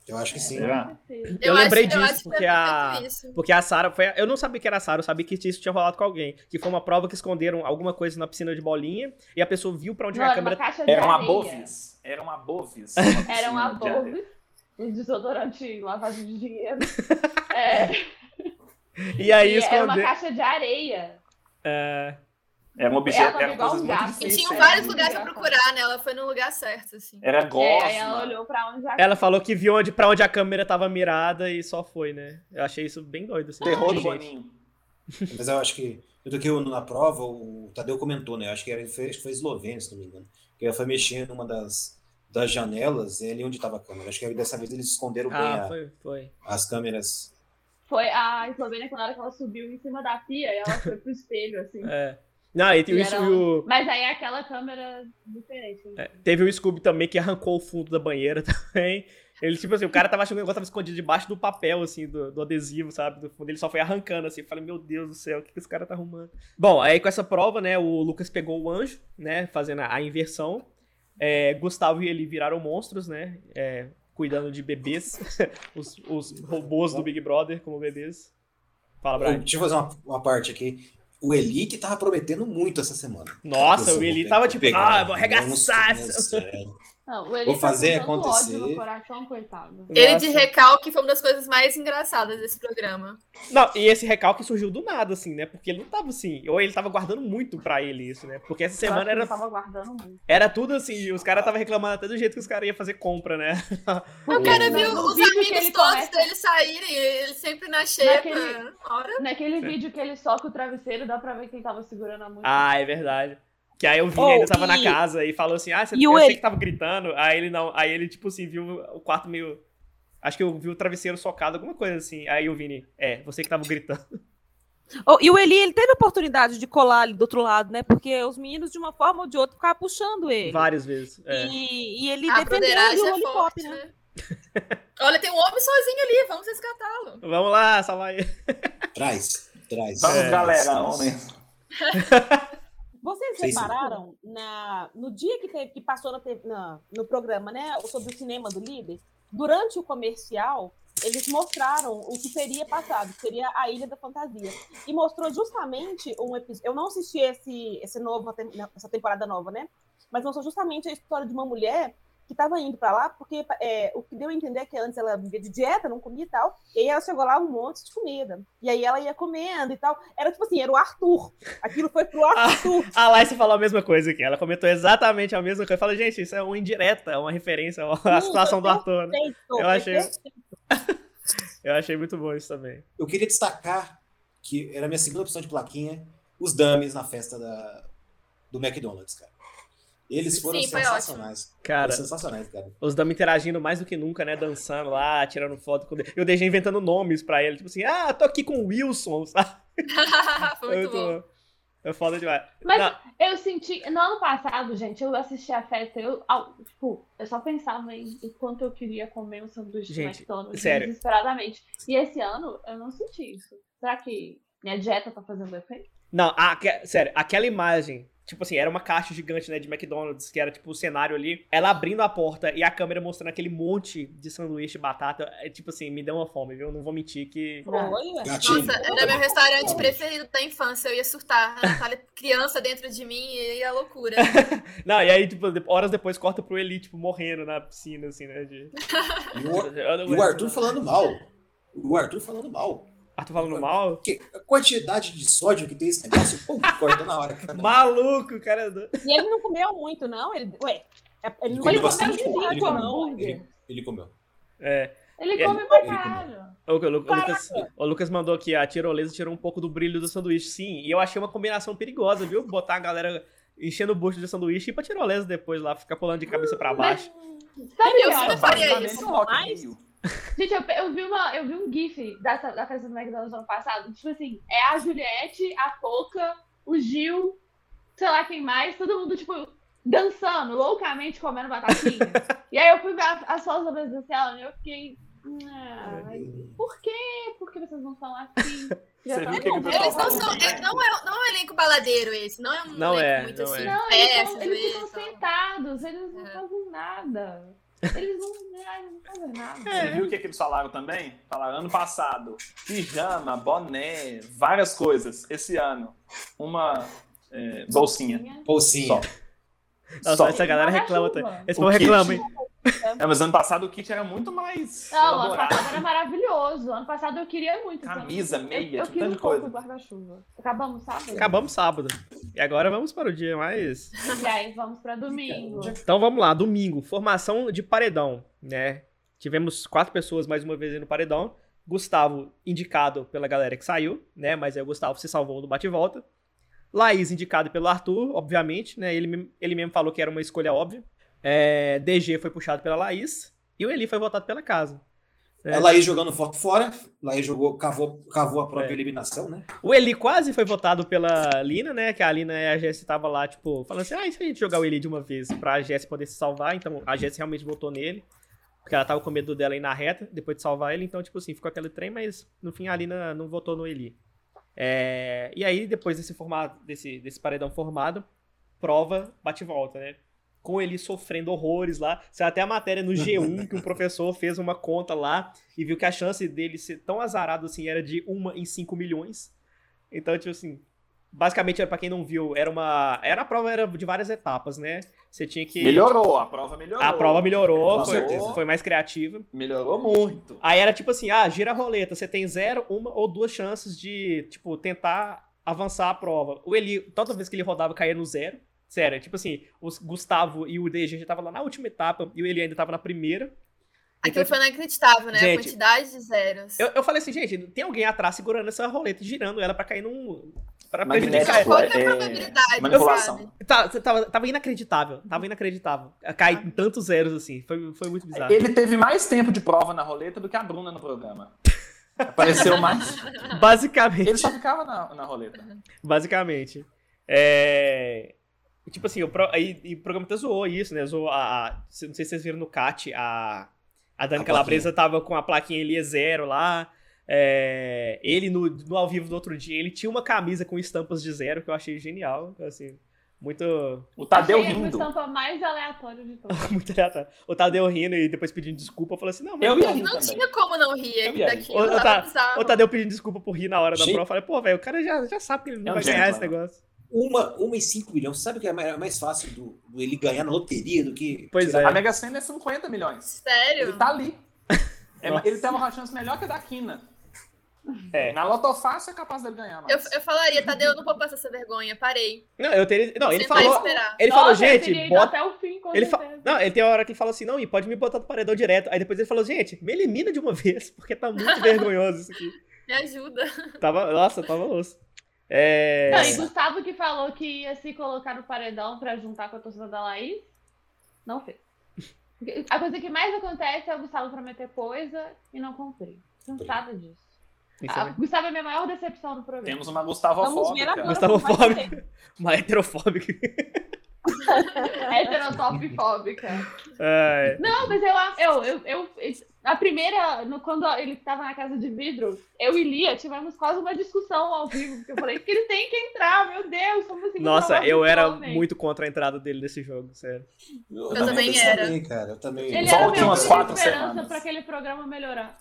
Então, Eu acho que sim. Será? assim, Eu lembrei acho, disso, eu acho que porque é a- muito isso. Porque a Sara foi. Eu não sabia que era a Sara, eu sabia que isso tinha rolado com alguém. Que foi uma prova que esconderam alguma coisa na piscina de bolinha e a pessoa viu pra onde não, a era câmera. uma caixa de Era uma areia. Bovis. Era uma Bovis. Era uma uma piscina de areia. Bovis. Um desodorante lavagem de dinheiro. É, E aí e era uma esconderam. caixa de areia. É, Era um objeto. Ela Era pegou coisas um muito E gato. difíceis, tinham né? vários sim. lugares pra procurar, né? Ela foi no lugar certo, assim. Era É, aí ela gosma. olhou pra onde a Ela falou que viu onde, pra onde a câmera tava mirada e só foi, né? Eu achei isso bem doido. Assim, Terror do Gente, Boninho. Mas eu acho que, tudo que eu, na prova, o Tadeu comentou, né? Eu acho que era, foi, acho que foi esloveno, se não me engano. Que ela foi mexer numa das, das janelas, é ali onde estava a câmera. Acho que dessa vez eles esconderam bem Ah, a- foi, foi. as câmeras. Foi a Eslovênia, quando ela, que ela subiu em cima da pia, ela foi pro espelho, assim. É. Não, e E teve, isso, era- e o, É. Mas aí é aquela câmera diferente. né? teve o Scooby também que arrancou o fundo da banheira também. Ele, tipo assim, o cara tava achando que o negócio tava escondido debaixo do papel, assim, do, do adesivo, sabe? Do fundo. Ele só foi arrancando, assim. Eu falei, meu Deus do céu, o que, que esse cara tá arrumando? Bom, aí com essa prova, né, o Lucas pegou o anjo, né, fazendo a, a inversão. É, Gustavo e ele viraram monstros, né? é, cuidando de bebês. os, os robôs do Big Brother como bebês. Fala, Eu, Brian. deixa eu fazer uma, uma parte aqui. O Eli que tava prometendo muito essa semana. Nossa, Nossa, o vou Eli pe- tava vou tipo, pegar. ah, eu vou arregaçar. Nossa, essa- meu Deus. Não, o Eli Vou fazer tá com tanto acontecer. ódio no coração, coitado. Ele de É, Nossa. recalque foi uma das coisas mais engraçadas desse programa. Não, e esse recalque surgiu do nada, assim, né? Porque ele não tava assim. Ou ele tava guardando muito pra ele isso, né? Porque essa Eu acho que semana ele era, tava guardando muito. era tudo assim. Os caras tava reclamando até do jeito que os caras iam fazer compra, né? Eu quero No- ver no os vídeo que amigos ele todos começa- deles saírem, ele sempre na cheia, Naquele- na hora. Naquele vídeo que ele soca o travesseiro, dá pra ver que ele tava segurando a música. Ah, é verdade. Que aí eu vi, Oh, ele tava na e- casa e falou assim: Ah, você e eu o sei Eli- que tava gritando. Aí ele não. Aí ele, tipo assim, viu o quarto meio. Acho que eu vi o travesseiro socado, alguma coisa assim. Aí o Vini, é, você que tava gritando. Oh, e o Eli, ele teve a oportunidade de colar ali do outro lado, né? Porque os meninos, de uma forma ou de outra, ficavam puxando ele. Várias vezes. É. E, e ele A defendeu ali broderagem o é lollipop, forte, né? né? Olha, tem um homem sozinho ali, vamos resgatá-lo. Vamos lá, salvar ele. Traz, traz. Vamos, É, galera, homem. Vocês Sim, sim. repararam na, no dia que, teve, que passou na TV na- no programa, né? Sobre o cinema do líder, durante o comercial, eles mostraram o que seria passado, que seria a Ilha da Fantasia. E mostrou justamente um episódio. Eu não assisti esse, esse novo, essa temporada nova, né? Mas mostrou justamente a história de uma mulher que que estava indo para lá, porque é, o que deu a entender é que antes ela vivia de dieta, não comia e tal, e aí ela chegou lá um monte de comida. E aí ela ia comendo e tal. Era tipo assim, era o Arthur. Aquilo foi pro Arthur. A Laís falou a mesma coisa aqui. Ela comentou exatamente a mesma coisa. Fala, gente, isso é uma indireta, uma referência à Sim, situação do foi Arthur. né? perfeito, Eu foi achei- perfeito. Eu achei muito bom isso também. Eu queria destacar que era a minha segunda opção de plaquinha, os dummies na festa da, do McDonald's, cara. Eles foram Sim, foi sensacionais. Cara, Foram sensacionais, cara. os damas interagindo mais do que nunca, né? Dançando lá, tirando foto. com- Eu deixei inventando nomes pra ele. Tipo assim, ah, tô aqui com o Wilson, sabe? Foi muito bom. É foda demais. Mas Não, eu senti. No ano passado, gente, eu assisti a festa, eu, ao- tipo, eu só pensava em o quanto eu queria comer um sanduíche de Gente, McDonald's sério. desesperadamente. E esse ano eu não senti isso. Será que minha dieta tá fazendo efeito? Não, a- aque- sério, aquela imagem, tipo assim, era uma caixa gigante, né, de McDonald's, que era tipo o cenário ali, ela abrindo a porta e a câmera mostrando aquele monte de sanduíche, batata, é, tipo assim, me deu uma fome, viu? Não vou mentir que... Foi, ué. Gatinho. Nossa, era meu um restaurante preferido da infância. Eu ia surtar. A Natália, criança dentro de mim, e aí a loucura. Não, e aí, tipo, de- horas depois corta pro Eli, tipo, morrendo na piscina, assim, né, de... E o, Eu não e o aguento, Arthur não. falando mal. O Arthur falando mal. Arthur falando mal? Que, a quantidade de sódio que tem esse negócio, pô, corta na hora, cara. Maluco, cara... é do- E ele não comeu muito, não? Ele, ué, é- ele não Ele comeu comeu cinco cinco hambúrguer. hambúrguer. Ele comeu. É, Ele É, come pra ele comeu. caralho. o, que o Lu- o Lucas, o Lucas mandou aqui, a tirolesa tirou um pouco do brilho do sanduíche, sim, e eu achei uma combinação perigosa, viu? Botar a galera enchendo o bucho de sanduíche e ir pra tirolesa depois lá, ficar pulando de cabeça pra baixo. Sabe Eu que super hora? faria basicamente- isso. Mas- Gente, eu, pe- eu vi, uma, eu vi um gif dessa, da festa do McDonald's ano passado. Tipo assim, é a Juliette, a Poca, o Gil, sei lá quem mais, todo mundo, tipo, dançando, loucamente comendo batatinha. e aí eu fui ver a- as fotos da presencial e eu fiquei. "Ah, mas por quê? Por que vocês não são assim? Já Você tá viu o que que o bom." pessoal Eles não falou? são. é- não, é, não é um elenco baladeiro esse. Não é um Não elenco é, muito não assim. é. Não, eles, peças, são, eles ficam vezes, tal. sentados, eles não É. fazem nada. Eles não, ah, não fazem nada. Você viu o que, que eles falaram também? Falaram ano passado, pijama, boné, várias coisas. Esse ano, uma é, bolsinha. Bolsinha. Só. Nossa, Só. essa é galera reclama também. Guarda-chuva. Esse O povo kit- reclama, hein? É, mas ano passado o kit era muito mais Não, ano elaborado. passado era maravilhoso. Ano passado eu queria muito. Camisa, então. meia, eu, eu tinha queria um pouco tanta coisa. do guarda-chuva. Acabamos sábado. Acabamos sábado. E agora vamos para o dia mais. E aí vamos pra domingo. Então vamos lá, domingo, formação de paredão, né? Tivemos quatro pessoas mais uma vez aí no paredão. Gustavo, indicado pela galera que saiu, né? Mas aí o Gustavo se salvou do bate-volta. Laís, indicado pelo Arthur, obviamente, né? Ele, mem- ele mesmo falou que era uma escolha óbvia. É, DG foi puxado pela Laís. E o Eli foi votado pela casa. A é. Laís jogando voto fora. Laís jogou, cavou, cavou a própria É. eliminação, né? O Eli quase foi votado pela Lina, né? Que a Lina e a Jess tava lá, tipo, falando assim: ah, e se a gente jogar o Eli de uma vez pra Jess poder se salvar? Então a Jess realmente votou nele. Porque ela tava com medo dela ir na reta depois de salvar ele. Então, tipo assim, ficou aquele trem, mas no fim a Lina não votou no Eli. É, e aí, depois desse, formato, desse, desse paredão formado, prova, bate e volta, né? Com ele sofrendo horrores lá. Saiu até a matéria no G1 que um professor fez uma conta lá e viu que a chance dele ser tão azarado assim era de uma em 5 milhões. Então, tipo assim, basicamente, era pra quem não viu, era uma. Era a prova era de várias etapas, né? Você tinha que. Melhorou, a prova melhorou. A prova melhorou, Com foi, certeza. foi mais criativa. Melhorou muito. Aí era tipo assim, ah, gira a roleta, você tem zero, uma ou duas chances de, tipo, tentar avançar a prova. O Eli, toda vez que ele rodava, caía no zero. Sério, tipo assim, o Gustavo e o DG já estavam lá na última etapa e o Eli ainda tava na primeira. Aquilo foi inacreditável, né? Gente, a quantidade de zeros. Eu, eu falei assim, gente, tem alguém atrás segurando essa roleta e girando ela pra cair num... Pra prejudicar Magnético, ela. Qual que é a é, probabilidade? manipulação. sabe? Tá, tava, tava inacreditável, tava inacreditável. Cair em tantos zeros, assim, foi, foi muito bizarro. Ele teve mais tempo de prova na roleta do que a Bruna no programa. Apareceu mais. Basicamente. Ele só ficava na, na roleta. Basicamente. É... e, Tipo assim, o, pro... aí- e o programa até zoou isso, né? Zoou a... a- se- Não sei se vocês viram no CAT, a, a Dani A Calabresa tava com a plaquinha Eli é zero lá. É, Ele, no, no ao vivo do outro dia, ele tinha uma camisa com estampas de zero, que eu achei genial. Assim, muito... O Tadeu Achei a rindo. estampa mais aleatória de todas. muito aleatório. o Tadeu rindo e depois pedindo desculpa. Falou assim, não, mas... Eu ia rir Não também. tinha como não rir Eu vi aí. daquilo. Ô, tava tá- bizarro. O Tadeu pedindo desculpa por rir na hora da Gente. prova. Eu falei, pô, velho, o cara já, já sabe que ele não É um vai ganhar esse gentleman. negócio. Uma, uma em 5 milhões. Sabe o que é mais, mais fácil do, do ele ganhar na loteria do que. Pois tirar- é. A Mega Sena é 50 milhões. Ele Sério? tá ali. É, Nossa. ele tem uma chance melhor que a da Quina. É. Na Lotofácil é capaz dele ganhar, mas... Eu, eu falaria, Tadeu, eu não vou passar essa vergonha, parei. Não, eu teria. Não, ele Você vai falou. esperar. Ele falou, Nossa, eu teria gente, ido bota. até o fim, com Ele fa- certeza. Não, ele tem uma hora que ele fala assim, não, e pode me botar no paredão direto. Aí depois ele falou, gente, me elimina de uma vez, porque tá muito vergonhoso isso aqui. Me ajuda. Tava. Nossa, tava osso. É. Não, e Gustavo que falou que ia se colocar no paredão pra juntar com a torcida da Laís, não fez. A coisa que mais acontece é o Gustavo prometer coisa e não cumprir. Cansada disso. Isso é A, Gustavo é a minha maior decepção no programa. Temos uma Gustavofóbica. agora. Gustavo como vai Fome. ser. uma heterofóbica. um- Heterotopfóbica. Ai, Não, mas eu, a- eu, eu, eu- a primeira, no- quando ele tava na casa de vidro, eu e Lia tivemos quase uma discussão ao vivo, porque eu falei que ele tem que entrar, meu Deus, como assim? Nossa, eu era muito muito contra a entrada dele nesse jogo, sério. Eu, também pensei era. bem, cara, eu também. Ele Só era tinha meu né? umas única quatro esperança semanas. pra aquele programa melhorar.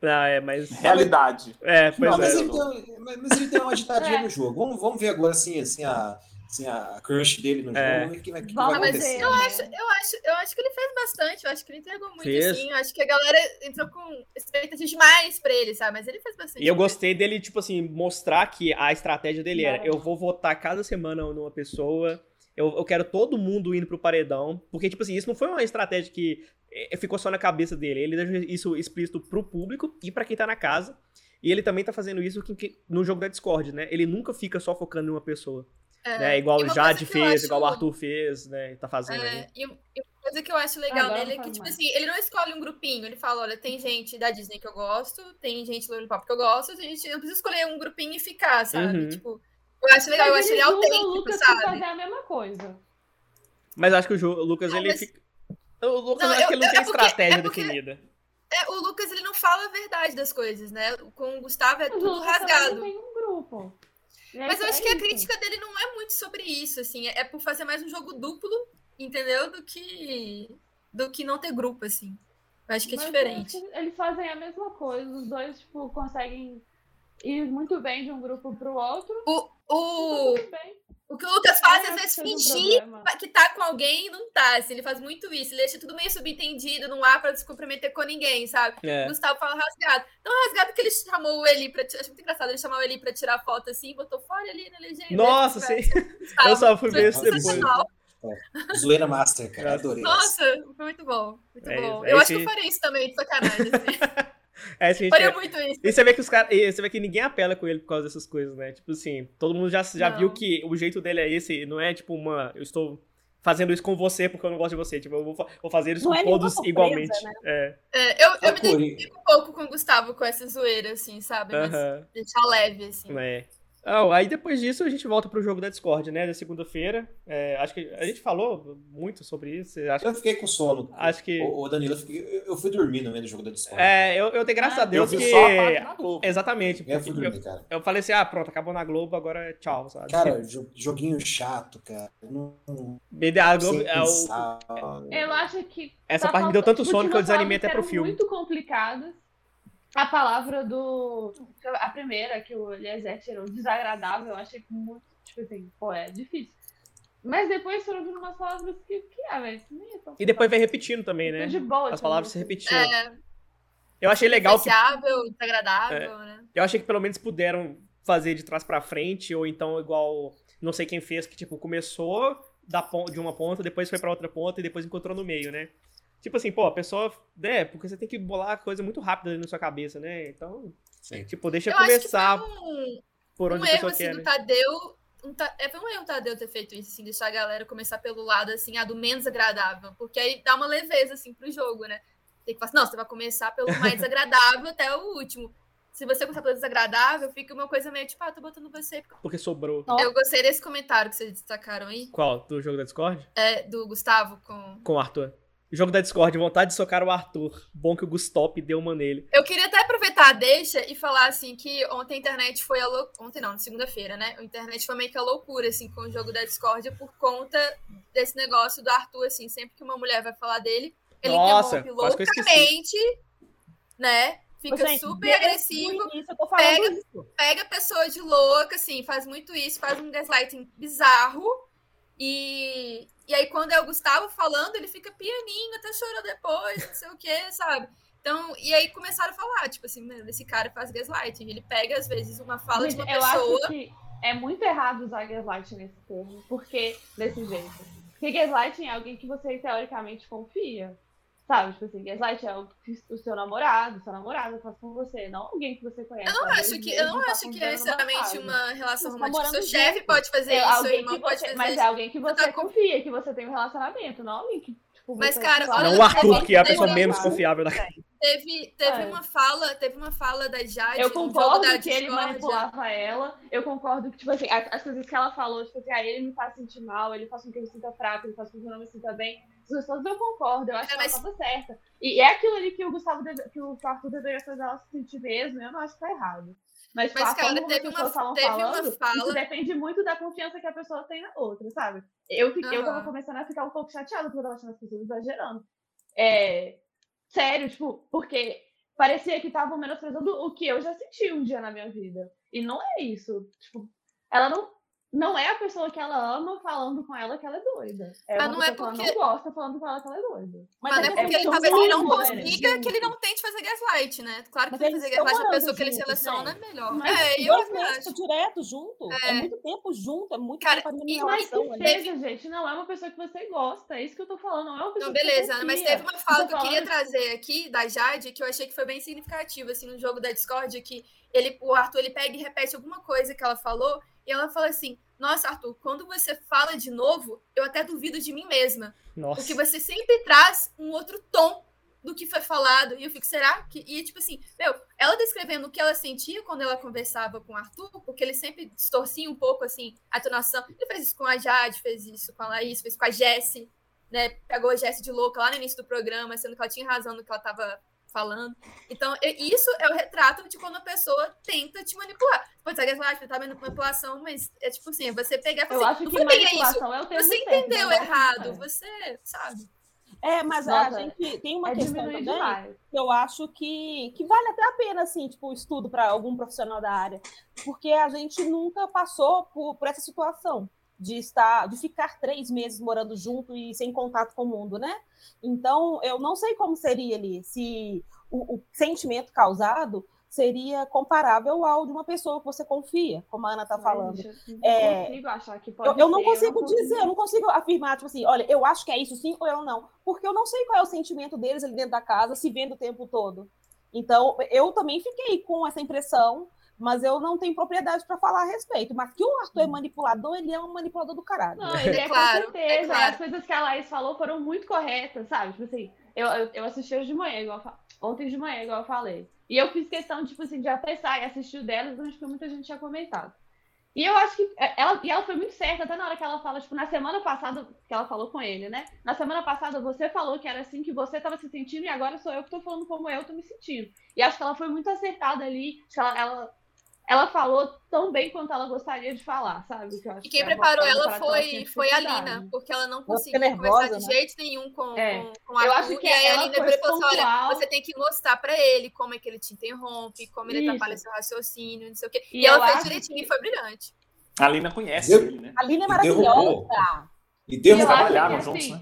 Não, é, mas. Realidade. É, pois Não, é. mas, ele tem, um, mas- mas ele tem uma ditadinha É. no jogo. Vamos, vamos ver agora assim, assim, a, assim, a crush dele no jogo. É. Vamos ver o que vai, o que vai Vamos Ah, mas acontecer. eu acho, eu, acho, eu acho que ele fez bastante, eu acho que ele entregou muito, Fez. assim. Eu acho que a galera entrou com expectativas demais pra ele, sabe? Mas ele fez bastante. E eu gostei dele, tipo assim, mostrar que a estratégia dele era: Maravilha. eu vou votar cada semana numa pessoa, eu, eu quero todo mundo indo pro paredão. Porque, tipo assim, isso não foi uma estratégia que eh, ficou só na cabeça dele. Ele deixou isso explícito pro público e pra quem tá na casa. E ele também tá fazendo isso que- que- no jogo da Discord, né? Ele nunca fica só focando em uma pessoa. É. né? Igual E o uma Jade coisa que eu fez, acho- igual o Arthur fez, né? Tá fazendo. É, aí. e, e uma coisa que eu acho legal Agora dele é não que, faz tipo mais. assim, ele não escolhe um grupinho. Ele fala, olha, tem gente da Disney que eu gosto, tem gente do Lollipop que eu gosto, tem gente... Eu não preciso escolher um grupinho e ficar, sabe? Uhum. Tipo, eu acho legal, eu Mas acho ele eles usam autêntico, o Lucas pra sabe? fazer a mesma coisa. Mas acho que o, Ju- o Lucas, Ah, ele mas- fica. O Lucas, Não, acho eu- que ele não eu- tem é porque- estratégia é porque- definida. É, o Lucas, ele não fala a verdade das coisas, né? Com o Gustavo é Mas o tudo Lucas também rasgado. não tem um grupo. É- Mas eu acho é que a isso. crítica dele não é muito sobre isso, assim. É é por fazer mais um jogo duplo, entendeu? Do que, do que não ter grupo, assim. Eu acho que é Mas eu diferente. acho que Eles fazem a mesma coisa, os dois, tipo, conseguem ir muito bem de um grupo pro outro. O, Tudo bem. o que o Lucas Eu faz é, às não vezes, acho que seja um fingir problema. que tá com alguém e não tá, assim. Ele faz muito isso. Ele deixa tudo meio subentendido, não há pra se comprometer com ninguém, sabe? É. O Gustavo fala rasgado. Tão rasgado que ele chamou o Eli pra... ti- Acho muito engraçado ele chamar o Eli pra tirar foto, assim. Botou fora ali na legenda. Nossa, Pra- sim. Gustavo. Eu só fui ver isso Foi depois. sensacional. Zoeira Master, cara. Graças- Adorei. essa. Nossa, foi muito bom. Muito É bom. isso, é eu isso acho que eu aí. faria isso também, de sacanagem. assim. É isso que a gente faria quer. muito isso. E você vê que os caras. e Você vê que ninguém apela com ele por causa dessas coisas, né? Tipo assim, todo mundo já, já Não. viu que o jeito dele é esse, não é tipo uma. Eu estou fazendo isso com você porque eu não gosto de você. Tipo, eu vou, fa- vou fazer isso Não com é nenhuma todos surpresa, igualmente. né? É. É, eu, eu me Procure. identifico um pouco com o Gustavo com essa zoeira, assim, sabe? Mas Aham. deixar leve, assim. É. Ah, aí depois disso a gente volta pro jogo da Discord, né? Da segunda-feira. É, acho que a gente falou muito sobre isso. Acho, Eu fiquei com sono. acho que. Ô, ô, Danilo, eu, fiquei- eu- eu fui dormir no meio do jogo da Discord. É, eu, eu tenho graças a Ah, Eu Deus vi que. é- só a parte da Globo. Exatamente. Eu fui porque Eu, dormir, cara. eu falei assim, ah, pronto, acabou na Globo, agora é tchau, sabe? Cara, jo- joguinho chato, cara. Eu Não, não a Globo, sei é, o- pensar. Eu acho que Essa Tá parte me deu tanto faltando- sono que eu tinha umas desanimei até pro um palavras que eram filme. muito complicadas. A palavra do. A primeira que o Eliezer tirou, desagradável, eu achei muito. Tipo assim, pô, é difícil. Mas depois foram vindo umas palavras que. que é, velho? Isso nem é tão E depois vem repetindo também, complicado. né? Tô de boa, As tipo, palavras se assim. repetindo. É, Eu achei legal que É, sociável, desagradável, né? eu achei que pelo menos puderam fazer de trás pra frente ou então igual não sei quem fez que tipo começou da pon- de uma ponta, depois foi pra outra ponta e depois encontrou no meio, né? Tipo assim, pô, a pessoa, né, porque você tem que bolar a coisa muito rápido ali na sua cabeça, né? Então, Sim. tipo, deixa Eu começar acho que foi um, por um onde a erro, pessoa assim, quer, do né? Tadeu. Um ta... É, foi um erro o Tadeu ter feito isso, assim, deixar a galera começar pelo lado, assim, ah, do menos agradável. Porque aí dá uma leveza, assim, pro jogo, né? Tem que falar assim, não, você vai começar pelo mais agradável até o último. Se você começar pelo desagradável, fica uma coisa meio tipo, ah, tô botando você. porque- Porque sobrou. Nossa. Eu gostei desse comentário que vocês destacaram aí, Qual? Do jogo da Discord? é, do Gustavo com Com o Arthur. Jogo da Discord, vontade de socar o Arthur. Bom que o Gustop deu uma nele. Eu queria até aproveitar a deixa e falar assim que ontem a internet foi a lou... ontem não, na segunda-feira, né? A internet foi meio que a loucura assim com o jogo da discórdia por conta desse negócio do Arthur assim, sempre que uma mulher vai falar dele, ele Nossa, interrompe quase que eu esqueci. loucamente, né? fica Gente, é super desde agressivo, o início eu tô falando pega- isso. pega a pessoa de louca, assim, faz muito isso, faz um gaslighting bizarro. E, e aí, quando é o Gustavo falando, ele fica pianinho, até chorou depois, não sei o quê, sabe? Então, e aí começaram a falar, tipo assim, mano, esse cara faz gaslighting. Ele pega, às vezes, uma fala de Gente, uma eu pessoa. acho que é muito errado usar gaslighting nesse termo, porque desse jeito. Porque gaslighting é alguém que você teoricamente confia. Sabe? Tipo assim, gaslighting é o, o seu namorado, sua namorada faz com você, não alguém que você conhece. Eu não há dois acho que, meses eu não e tá acho que é considerando necessariamente casa. uma relação Nós romântica. Seu moramos chefe juntos. pode fazer É isso, seu alguém que irmão pode você, fazer mas isso. é alguém que você tá com- confia, que você tem um relacionamento, não alguém que, tipo, Mas, você- cara, olha Claro, Não o Arthur, que é a tem pessoa um menos namorado. confiável da Teve, teve É. uma fala, teve uma fala da Jade. Eu no jogo concordo da que ele discórdia. manipulava ela. Eu concordo que, tipo assim, as, as coisas que ela falou, tipo assim, ah, ele me faz sentir mal, ele faz com que eu me sinta fraco, ele faz com que eu não me sinta bem. As pessoas eu concordo, eu acho É, que ela mas- estava certa. E é aquilo ali que o Gustavo deve- que o Arthur deveria fazer ela se sentir mesmo, eu não acho que tá errado. Mas, tipo, Mas, a cara, forma como teve as uma- pessoas estavam teve uma falando, fala- Isso depende muito da confiança que a pessoa tem na outra, sabe? Eu, fi- eu tava Aham. começando a ficar um pouco chateada porque eu tava achando as pessoas exagerando. É, sério, tipo, porque parecia que estavam menosprezando o que eu já senti um dia na minha vida. E não é isso. Tipo, ela não, não é a pessoa que ela ama falando com ela que ela é doida. É Ah, uma não é pessoa que porque- ela não gosta falando com ela que ela é doida. Mas é é porque ele tão talvez ele não longe, né, consiga que ele não tente fazer gaslight, né? Claro que Mas tem que eles fazer estão gaslight na morando pessoa que ele se juntos, relaciona é gente. melhor. Mas É, eu Dois acho. meses direto junto. É. É. muito tempo junto. É muito Cara, tempo a e- um minha Mas relação que ali. seja, gente, não é uma pessoa que você gosta. É isso que eu tô falando, não é uma pessoa Não, que você beleza, Ana, mas confia. teve uma fala Você que eu queria falando- trazer aqui da Jade, que eu achei que foi bem significativa, assim, no jogo da Discord, que ele, o Arthur ele pega e repete alguma coisa que ela falou, e ela fala assim: Nossa, Arthur, quando você fala de novo, eu até duvido de mim mesma. Porque Nossa. você sempre traz um outro tom do que foi falado. E eu fico, será que. E tipo assim, meu, ela descrevendo o que ela sentia quando ela conversava com o Arthur, porque ele sempre distorcia um pouco assim a tonação. Ele fez isso com a Jade, fez isso com a Laís, fez com a Jessie, né? Pegou a Jessie de louca lá no início do programa, sendo que ela tinha razão no que ela tava falando. Então, e- isso é o retrato de quando a pessoa tenta te manipular. Pode ser gaslight, tá vendo manipulação, mas é tipo assim, é você pegar e Eu falar assim, acho não que foi bem isso. manipulação é o termo Você certo, entendeu não é? errado, você, sabe? É, mas Nossa, a gente tem uma É questão diminuir também demais. que eu acho que, que vale até a pena, assim, tipo, o estudo para algum profissional da área. Porque a gente nunca passou por, por essa situação de estar, de ficar três meses morando junto e sem contato com o mundo, né? Então, eu não sei como seria ali, se o, o sentimento causado seria comparável ao de uma pessoa que você confia, como a Ana né? está tá falando. Gente, É, Não consigo achar que pode Eu, eu não ser, consigo dizer, eu não consigo afirmar, tipo assim, olha, eu acho que é isso sim ou eu não. Porque eu não sei qual é o sentimento deles ali dentro da casa, se vendo o tempo todo. Então, eu também fiquei com essa impressão, mas eu não tenho propriedade para falar a respeito. Mas que o Arthur é manipulador, ele é um manipulador do caralho. Não, ele é, claro, com certeza. é claro. As coisas que a Laís falou foram muito corretas, sabe? Tipo assim, eu, eu, eu assisti hoje de manhã, igual eu fa- ontem de manhã, igual eu falei. E eu fiz questão, tipo assim, de apressar e assistir o dela, durante que muita gente tinha comentado. E eu acho que é, ela, e ela foi muito certa, até na hora que ela fala, tipo, na semana passada, que ela falou com ele, né? Na semana passada você falou que era assim que você tava se sentindo e agora sou eu que tô falando como eu tô me sentindo. E acho que ela foi muito acertada ali, acho que ela, ela, ela falou tão bem quanto ela gostaria de falar, sabe? Que eu acho E que quem é uma- preparou é uma ela parada que ela foi, tinha foi a dificuldade. Lina, porque ela não Ela conseguia fica conversar nervosa, de né? jeito nenhum com, É. com, com Eu Arthur, acho que e aí a ela Lina foi virou e falou assim, olha, pontual. você tem que mostrar pra ele como é que ele te interrompe, como ele Isso. atrapalha seu raciocínio, não sei o quê. E, E eu ela fez acho direitinho e foi brilhante. A Lina conhece Eu- ele, né? A Lina é Interrompeu. maravilhosa. E Eu temos acho trabalhado. Trabalharam que, juntos, assim,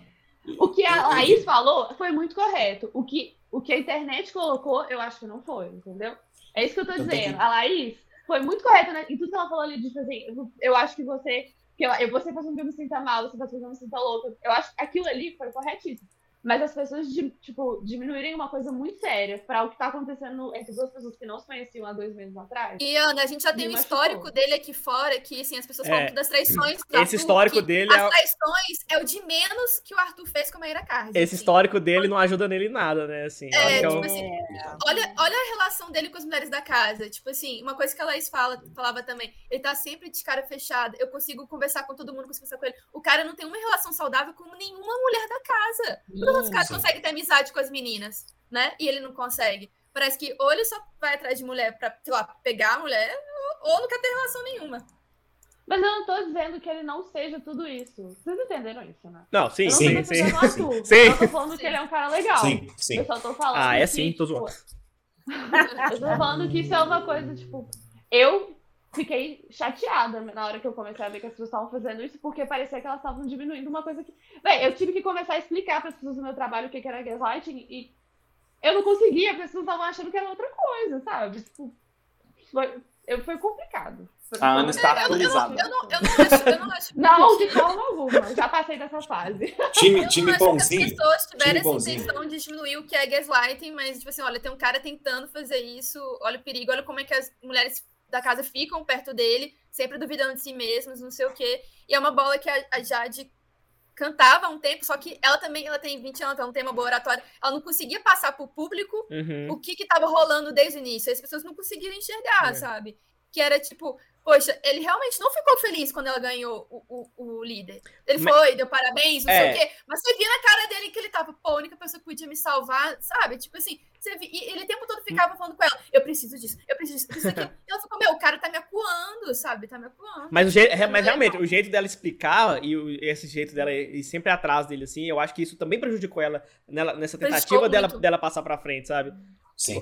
né? O que a Laís falou foi muito correto. O que, o que a internet colocou, eu acho que não foi, entendeu? É isso que eu tô Então tem dizendo. que- A Laís foi muito correta, né? E tudo que ela falou ali, tipo assim, eu, eu acho que você. Que eu, eu- você faz com um que eu me sinta mal, você faz com que eu me sinta louca. Eu acho que aquilo ali foi corretíssimo. Mas as pessoas, di- tipo, diminuírem uma coisa muito séria pra o que tá acontecendo entre duas pessoas que não se conheciam há dois meses atrás. E, Ana, a gente já tem Me um machucou. histórico dele aqui fora, que assim, as pessoas É. falam das traições do Esse Arthur, histórico que dele As é- traições é o de menos que o Arthur fez com a Mayra Cardi. Esse histórico dele não ajuda nele em nada, né? Assim, eu acho É, que é tipo o- assim, olha, olha a relação dele com as mulheres da casa. Tipo assim, uma coisa que a Laís fala, falava também, ele tá sempre de cara fechada. Eu consigo conversar com todo mundo, consigo conversar com ele. O cara não tem uma relação saudável com nenhuma mulher da casa. Todos os caras conseguem ter amizade com as meninas, né? E ele não consegue. Parece que ou ele só vai atrás de mulher pra, sei lá, pegar a mulher, ou, ou não quer ter relação nenhuma. Mas eu não tô dizendo que ele não seja tudo isso. Vocês entenderam isso, né? Não, sim, Eu não sim, sim. tô defendendo o Arthur. Sim. Eu tô falando que ele é um cara legal. Sim, sim. Eu só tô falando. Ah, é que, sim, tô tipo, zoando. Eu tô falando que isso é uma coisa, tipo, eu fiquei chateada na hora que eu comecei a ver que as pessoas estavam fazendo isso, porque parecia que elas estavam diminuindo uma coisa que. Véi, eu tive que começar a explicar para as pessoas do meu trabalho o que que era gaslighting e eu não conseguia, as pessoas estavam achando que era outra coisa, sabe? Tipo, foi, eu, foi complicado. Foi A Ana complicado. está Eu, eu, não, atualizada. eu, não, eu não acho, eu não acho. Não, de forma alguma. Já passei dessa fase. Time, Eu não time acho que As bonzinho. pessoas tiveram Time essa bonzinho. intenção de diminuir o que é gaslighting, mas, tipo assim, olha, tem um cara tentando fazer isso, olha o perigo, olha como é que as mulheres da casa ficam perto dele, sempre duvidando de si mesmas, não sei o quê. E é uma bola que a, a Jade cantava há um tempo, só que ela também ela tem 20 anos, então ela não tem uma boa oratória, ela não conseguia passar pro público Uhum. o que que tava rolando desde o início. As pessoas não conseguiram enxergar, É. sabe? Que era tipo, poxa, ele realmente não ficou feliz quando ela ganhou o, o, o líder. Ele Mas- foi, deu parabéns, não É. sei o quê. Mas você via na cara dele que ele tava, pô, a única pessoa que podia me salvar, sabe? Tipo assim, você vi- e ele o tempo todo ficava falando com ela, eu preciso disso, eu preciso disso, eu preciso daquilo. e ela ficou, meu, o cara tá me acuando, sabe? Tá me acuando. Mas, o jeito, é, Não é mas realmente, o jeito dela explicar e o- esse jeito dela ir sempre atrás dele, assim, eu acho que isso também prejudicou ela nela- nessa Prejudicou tentativa dela, muito. dela passar pra frente, sabe? é Sim.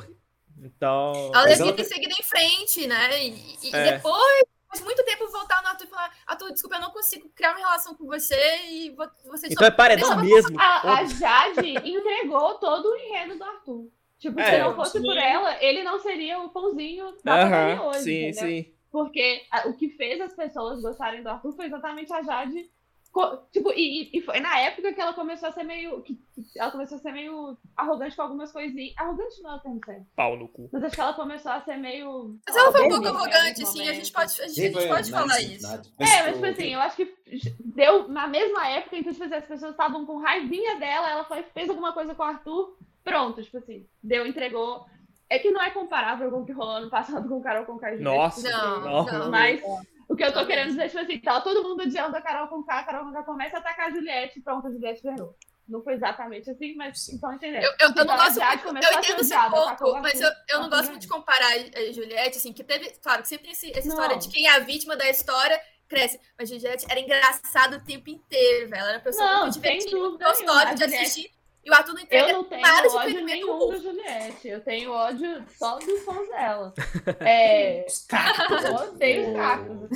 Então. Ela Mas devia ela ter seguido em frente, né? E, e- e É. depois, faz muito tempo, voltar no Arthur e falar: Arthur, desculpa, eu não consigo criar uma relação com você e vo- você Então é paredão Deixa eu- mesmo. A, a Pô, Jade entregou todo o enredo do Arthur. Tipo, se É, não fosse por ela, ele não seria o pãozinho da padaria aham, hoje. sim, entendeu? sim. Porque a- o que fez as pessoas gostarem do Arthur foi exatamente a Jade. co- Tipo, e, e- e foi na época que ela começou a ser meio. que- que ela começou a ser meio arrogante com algumas coisinhas. Arrogante não é o termo certo. Pau no cu. Mas acho que ela começou a ser meio. Mas ela foi um Alguém viu, pouco arrogante, assim, a gente pode, a gente, a gente pode falar isso. É, mas tipo assim, eu acho que deu na mesma época, então, tipo assim, as pessoas estavam com raivinha dela, ela foi, fez alguma coisa com o Arthur, pronto, tipo assim, deu, entregou. É que não é comparável com o que rolou ano passado com o Carol com o Caio Nossa. Não, não. não. Mas o que eu tô querendo dizer, tipo assim, tava todo mundo odiando a Carol com K, a Carol com K começa a atacar a Juliette, pronto, a Juliette ganhou. Não foi exatamente assim, mas então entendeu. Eu, eu, eu Então, não a gosto Jade muito, começou eu tá a ser entendo o seu odiada, atacou ponto, o mas eu, Arthur, eu não atacou gosto o muito de comparar a Juliette, assim, que teve, claro, que sempre tem esse- essa Não. história de quem é a vítima da história cresce, mas Juliette era engraçada o tempo inteiro, velho, ela era uma pessoa Não, muito sem divertida, dúvida muito gostosa nenhuma, de a Juliette- assistir, e o Arthur não entrega Eu não tenho nada de ódio ferimento nenhum bobo. da Juliette. Eu tenho ódio só dos fãs dela. É, Os né? cactos. eu odeio os O- cactos.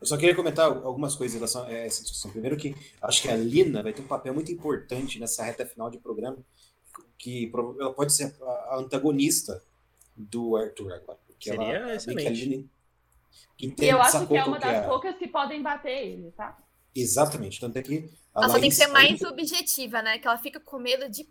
Eu só queria comentar algumas coisas em relação a essa discussão. Primeiro que acho que a Lina vai ter um papel muito importante nessa reta final de programa, que prova- ela pode ser a a antagonista do Arthur agora. Porque ela, Seria meio que a excelente. Lina E entende, eu acho sacou que é qual uma é das a- poucas que podem bater ele, tá? Exatamente. Tanto é que a é Ela só tem Laís- que ser a mais única- objetiva, né, que ela fica com medo de,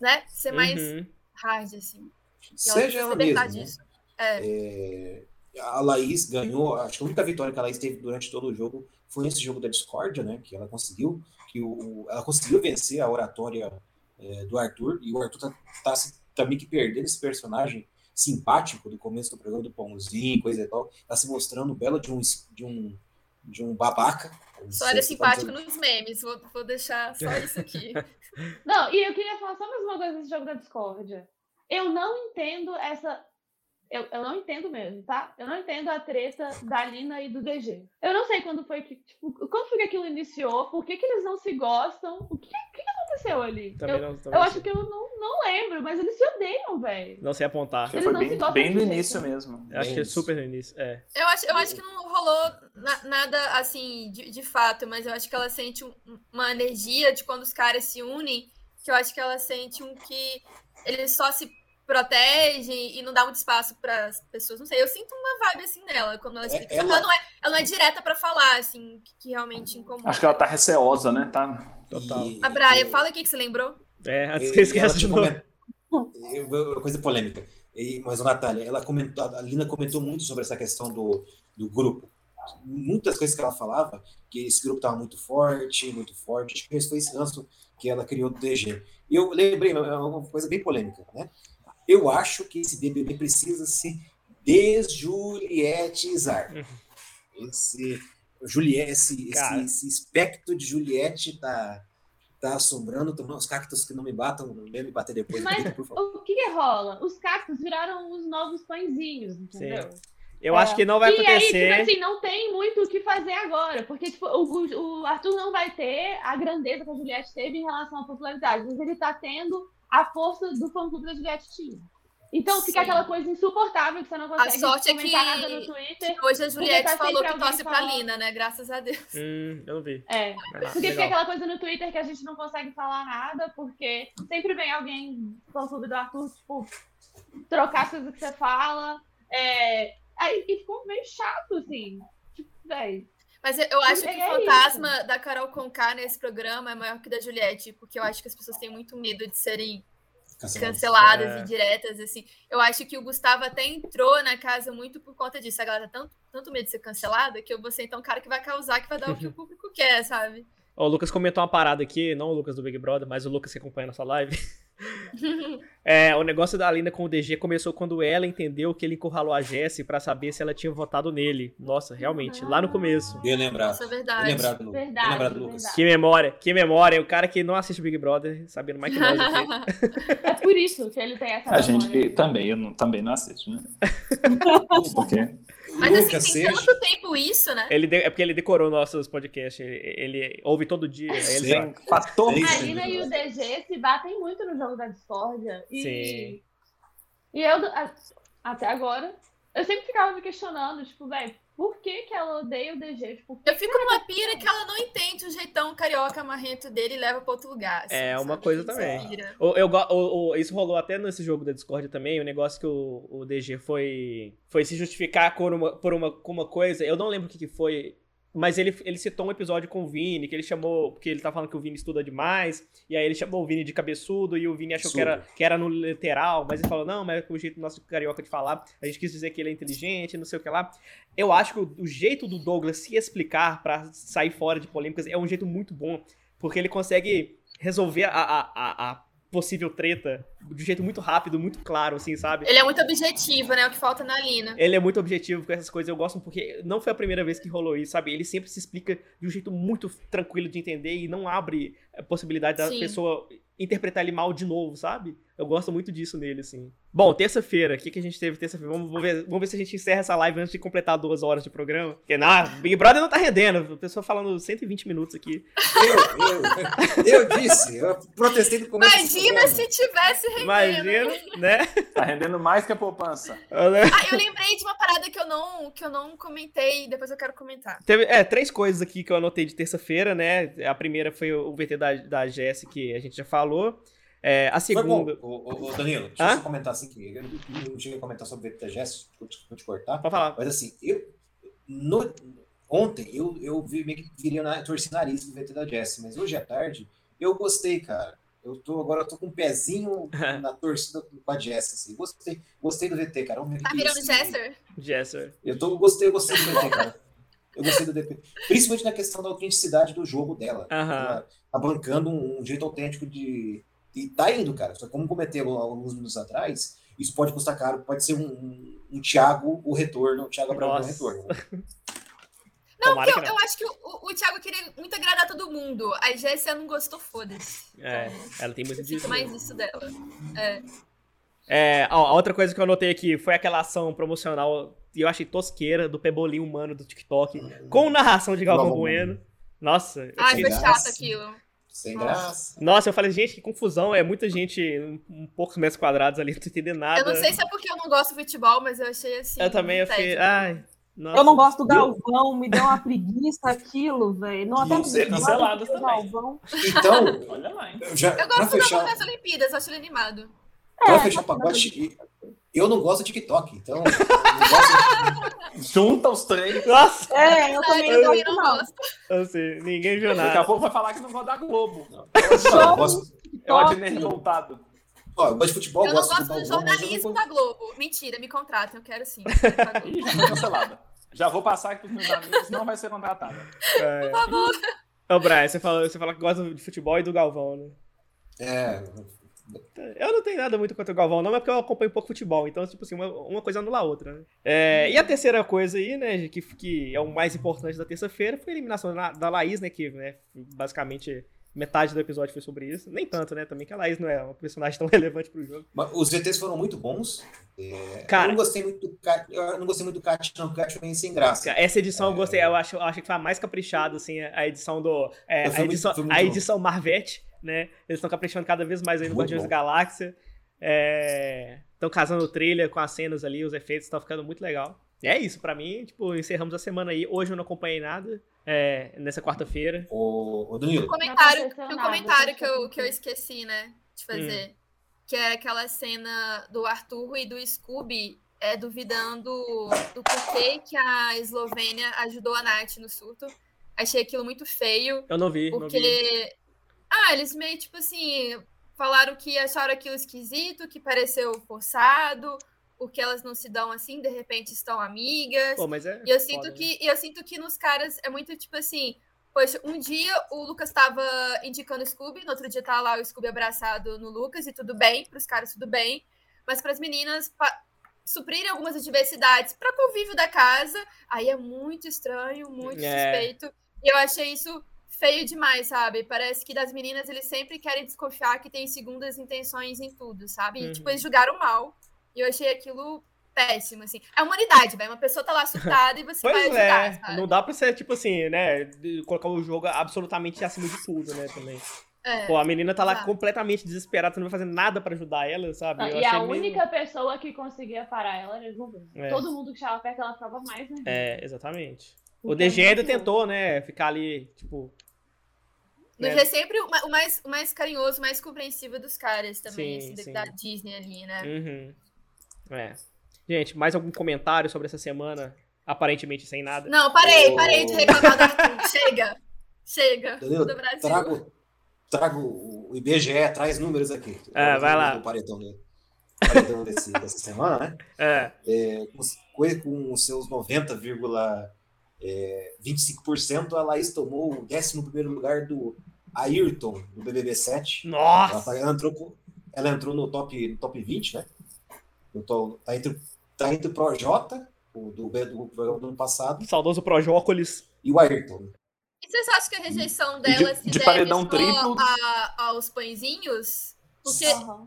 né, ser mais Uhum. hard, assim. E ela Seja precisa ela deixar mesma, né? disso. É. É, a Laís ganhou, acho que a única vitória que a Laís teve durante todo o jogo foi nesse jogo da discórdia, né? Que ela conseguiu, que o, o- ela conseguiu vencer a oratória é, do Arthur, e o Arthur tá, tá, se- tá meio que perdendo esse personagem simpático do começo do programa do Pãozinho, coisa e tal, tá se mostrando belo de um, es- de um, de um babaca. Não Só sei era se tá dizendo- simpático nos memes, vou, vou deixar só isso aqui. Não, e eu queria falar só mais uma coisa desse jogo da discórdia. Eu não entendo essa. Eu, eu não entendo mesmo, tá? Eu não entendo a treta da Lina e do DG. Eu não sei quando foi que. Tipo, quando foi que aquilo iniciou? Por que, que eles não se gostam? O que, o que que aconteceu ali? Também eu, não, também eu não acho sei. que eu não, não lembro, mas eles se odeiam, velho. Não sei apontar. Eles Foi não se bem, gostam bem de no jeito início mesmo. Eu acho que é Bem isso. super no início. É. Eu acho, eu acho que não rolou na- nada assim de, de fato, mas eu acho que ela sente um- uma energia de quando os caras se unem, que eu acho que ela sente um que eles só se protegem e não dá muito espaço para as pessoas. Não sei, eu sinto uma vibe assim nela quando ela explica. Só que ela- ela não é, ela não é direta pra falar, assim, que, que realmente incomoda. Acho que ela tá receosa, né? Tá... Total. E- A Braia, fala o que você lembrou. É, antes E- que eu e ela esqueça de tinha novo. comen- Eu vou- Coisa polêmica. E- mas, ô, Natália, ela comentou, a Lina comentou muito sobre essa questão do, do grupo. Muitas coisas que ela falava, que esse grupo estava muito forte, muito forte. Acho que esse foi esse lance que ela criou do DG. E Eu lembrei, é uma coisa bem polêmica, né? Eu acho que esse BBB precisa se desjulietizar. Esse, Juliette, esse, esse, Uhum. Cara. esse espectro de Juliette tá tá assombrando, tomando os cactos que não me batam, não vem me bater depois, Mas- por favor. O que, que rola? Os cactos viraram os novos pãezinhos, entendeu? Eu É. acho que não vai e acontecer. aí, tipo assim, não tem muito o que fazer agora, porque tipo, o, o- o Arthur não vai ter a grandeza que a Juliette teve em relação à popularidade, mas ele tá tendo a força do fã-clube da Juliette tinha. Então Sim. fica aquela coisa insuportável que você não consegue sorte é comentar que- nada no Twitter. Hoje a Juliette tá falou sempre que alguém torce pra falando. Lina, né? Graças a Deus. Hum, eu não vi. É. Vai lá, Porque fica legal. aquela coisa no Twitter que a gente não consegue falar nada, porque sempre vem alguém do clube do Arthur, tipo, trocar as coisas que você fala. É... Aí e ficou meio chato, assim. Tipo, véi. Mas eu- eu acho que É o fantasma da Carol Conká nesse programa é maior que o da Juliette, porque eu acho que as pessoas têm muito medo de serem canceladas É. e diretas, assim. Eu acho que o Gustavo até entrou na casa muito por conta disso. A galera tá tanto, tanto medo de ser cancelada que eu vou ser então o cara que vai causar, que vai dar o que o público quer, sabe? Ó, o Lucas comentou uma parada aqui, não o Lucas do Big Brother, mas o Lucas que acompanha a nossa live. É, o negócio da Lina com o DG começou quando ela entendeu que ele encurralou a Jessie pra saber se ela tinha votado nele. Nossa, realmente, lá no começo. Bem lembrado. Isso é Bem verdade. lembrado, Lu. Bem Verdade, lembrado, Lucas. verdade. Que memória, que memória. O cara que não assiste o Big Brother, sabendo mais que nós aqui. É por isso que É, ele tem essa A gente memória. que também, eu não, também não assisto, né? Porque Mas assim, tem Lucas, seja. tanto tempo isso, né? Ele de- é porque ele decorou nossos podcasts, ele, ele ouve todo dia. aí ele Sim. sabe. tem 14 Sim. A Lina e o DG se batem muito no jogo da discórdia. E, Sim. e eu, a- até agora, eu sempre ficava me questionando, tipo, velho, por que, que ela odeia o DG? Tipo, Eu fico numa pira que ela não entende o jeitão carioca marrento dele e leva pra outro lugar. assim, É, uma sabe? coisa Isso também. pira. O- eu go- o- o- isso rolou até nesse jogo da Discord também, o negócio que o, o DG foi, foi se justificar por uma, por uma, com uma coisa, eu não lembro o que, que foi, mas ele, ele citou um episódio com o Vini, que ele chamou, porque ele tá falando que o Vini estuda demais, e aí ele chamou o Vini de cabeçudo, e o Vini achou que era, que era no literal, mas ele falou, não, mas é com o jeito nosso carioca de falar, a gente quis dizer que ele é inteligente, não sei o que lá. Eu acho que o, o jeito do Douglas se explicar pra sair fora de polêmicas é um jeito muito bom, porque ele consegue resolver a- a- a- a possível treta de um jeito muito rápido, muito claro, assim, sabe? Ele é muito objetivo, né? O que falta na Lina. Ele é muito objetivo com essas coisas, eu gosto porque não foi a primeira vez que rolou isso, sabe? Ele sempre se explica de um jeito muito tranquilo de entender e não abre a possibilidade da Sim. pessoa interpretar ele mal de novo, sabe? Eu gosto muito disso nele, assim. Bom, terça-feira, o que, que a gente teve terça-feira? Vamos, vamos ver, vamos ver se a gente encerra essa live antes de completar duas horas de programa. Porque, na Big Brother não tá rendendo, a pessoa falando 120 minutos aqui. Eu, eu, eu disse, eu protestei no começo. do Imagina programa. se tivesse Tá rendendo. Imagina, né? tá rendendo mais que a poupança. Ah, eu lembrei de uma parada que eu não, que eu não comentei, depois eu quero comentar. Teve, é, três coisas aqui que eu anotei de terça-feira, né? A primeira foi o VT da, da Jess, que a gente já falou. É, a Foi bom. segunda. Ô, ô, ô, Danilo, deixa Hã? eu só comentar assim, que eu não- não cheguei a comentar sobre o BTGS, vou te, vou te cortar. Pode falar. Mas assim, eu. no- ontem eu, eu vi, meio que viria na, torci o nariz do VT da Jess, mas hoje à tarde eu gostei, cara. Eu tô, agora eu tô com um pezinho na torcida com a Jess, assim. Gostei, gostei do VT, cara. É um Tá VT, virando assim, Jester? Jesser. Eu tô, gostei, eu gostei do VT, cara. Eu gostei do VT. Principalmente na questão da autenticidade do jogo dela. Aham. Ela tá bancando um, um jeito autêntico de. E tá indo, cara. Só que como cometeu alguns minutos atrás, isso pode custar caro. Pode ser um, um, um Thiago o retorno, o Thiago Abraão o Nossa. retorno. Não, Tomara porque eu, que não. eu acho que o, o Thiago queria muito agradar todo mundo. A Jessia não gostou, foda-se. É, ela tem muito Eu sinto disso. mais isso dela. É, ó, a outra coisa que eu anotei aqui foi aquela ação promocional, e eu achei tosqueira, do Pebolim humano do TikTok, com narração de Galvão Galvão Bueno. Nossa, eu- Ai, foi Graça. chato aquilo. Sem graça. nossa, eu falei, gente, que confusão, é muita gente, um, um poucos metros quadrados ali, não tô entendendo nada. Eu não sei se é porque eu não gosto de futebol, mas eu achei assim. Eu também, eu fiquei, tédio. ai, nossa. Eu não gosto do é um Galvão, me deu uma preguiça aquilo, velho. Não até Vão ser preguiça, canceladas o também. Galvão. Então, Olha lá, hein? eu já, Eu pra gosto do fechar, Galvão nas Olimpíadas, eu acho ele animado. pra É, fechar o tá pacote, eu não gosto de TikTok, então. eu não gosto- Junta os três. Nossa, É, eu também eu também não não gosto. gosto. assim, ninguém viu Daqui a nada. pouco vai falar que não vou dar Globo. Não, eu gosto, É o Top. Adnet revoltado. ó, eu gosto de futebol, Eu não gosto de gosto futebol. do bom, mas eu não jornalismo gosto- da Globo. Mentira, me contratem, eu quero sim. eu quero pra Globo. Ih, já foi cancelada. Já vou passar aqui pros meus amigos, não vai ser contratada. É. Ô, Brian, você falou, você falou que gosta de futebol e do Galvão, né? É, Eu não tenho nada muito contra o Galvão, não, mas porque eu acompanho pouco futebol. Então, tipo assim, uma, uma coisa anula a outra, né? É, e a terceira coisa aí, né, que, que é o mais importante da terça-feira, foi a eliminação da, da Laís, né? Que, né, basicamente metade do episódio foi sobre isso. Nem tanto, né? Também que a Laís não é uma personagem tão relevante pro jogo. Mas Os VTs foram muito bons. É, Cara. eu não gostei muito do Cat, eu não gostei muito do Cat, não. O Cat foi meio sem graça. Essa edição eu gostei, eu acho, eu acho que foi a mais caprichada, assim, a edição do. é, É. Eu fui a, muito- edição, fui muito a bom. edição Marvete, né? Eles estão caprichando cada vez mais aí no Muito Guardiões da bom. Galáxia. É, Estão casando trilha com as cenas ali, os efeitos estão ficando muito legal. E é isso, pra mim, tipo, encerramos a semana aí. Hoje eu não acompanhei nada, é, nessa quarta-feira. Ô, ô, Danilo, comentário, aconteceu tem um nada, comentário você que eu, ficou que eu esqueci, né? Hum. De fazer. Que é aquela cena do Arthur e do Scooby é, duvidando do porquê que a Eslovênia ajudou a Nath no surto. Achei aquilo muito feio, Eu não vi, não vi. porque. Ah, eles meio tipo assim. Falaram que acharam aquilo esquisito, que pareceu forçado, porque elas não se dão assim, de repente estão amigas. Pô, mas é E eu foda, sinto né? que, e eu sinto que nos caras é muito tipo assim. Poxa, um dia o Lucas tava indicando o Scooby, no outro dia tá lá o Scooby abraçado no Lucas e tudo bem, pros caras tudo bem. Mas pras meninas pa- suprirem algumas adversidades para convívio da casa, aí é muito estranho, muito É. suspeito. E eu achei isso feio demais, sabe? Parece que das meninas eles sempre querem desconfiar que tem segundas intenções em tudo, sabe? E, tipo, Uhum. eles julgaram mal. E eu achei aquilo péssimo, assim. É uma humanidade, velho. Uma pessoa tá lá surtada e você vai Pois ajudar, é, sabe? não dá pra ser, tipo assim, né? de- Colocar o jogo absolutamente acima de tudo, né? Também. É. Pô, a menina tá lá Exato. completamente desesperada, você não vai fazer nada pra ajudar ela, sabe? Não, Eu Ah, e a achei meio- única pessoa que conseguia parar ela era a Eslovênia. É. Todo mundo que chegava perto ela ficava mais, né? É, exatamente. O Então, DG ainda muito bom. tentou, né? Ficar ali, tipo. Mas né? é sempre o ma- o mais, o mais carinhoso, o mais compreensivo dos caras também, Sim, assim, sim. da da Disney ali, né? Uhum. É. Gente, mais algum comentário sobre essa semana? Aparentemente sem nada. Não, parei, Ô. parei de reclamar do Arthur. Chega, chega Danilo, do Brasil. trago, trago o IBGE, traz números aqui. É, Eu vai vou lá. no Paredão, do- paredão desse- dessa semana, né? É. com os- coi- com os seus é, 90,25%, a Laís tomou o 11 lugar do Ayrton, do BBB7. Ela, Nossa! tá- ela entrou, com- ela entrou no top, no top 20, né? No to- tá, entre, tá entre o Projota, o do, B- do programa do ano passado, Saudoso Projócolis. e o Ayrton. E vocês acham que a rejeição de- dela se de deve paredão só triplo? a- aos pãezinhos? Porque Aham.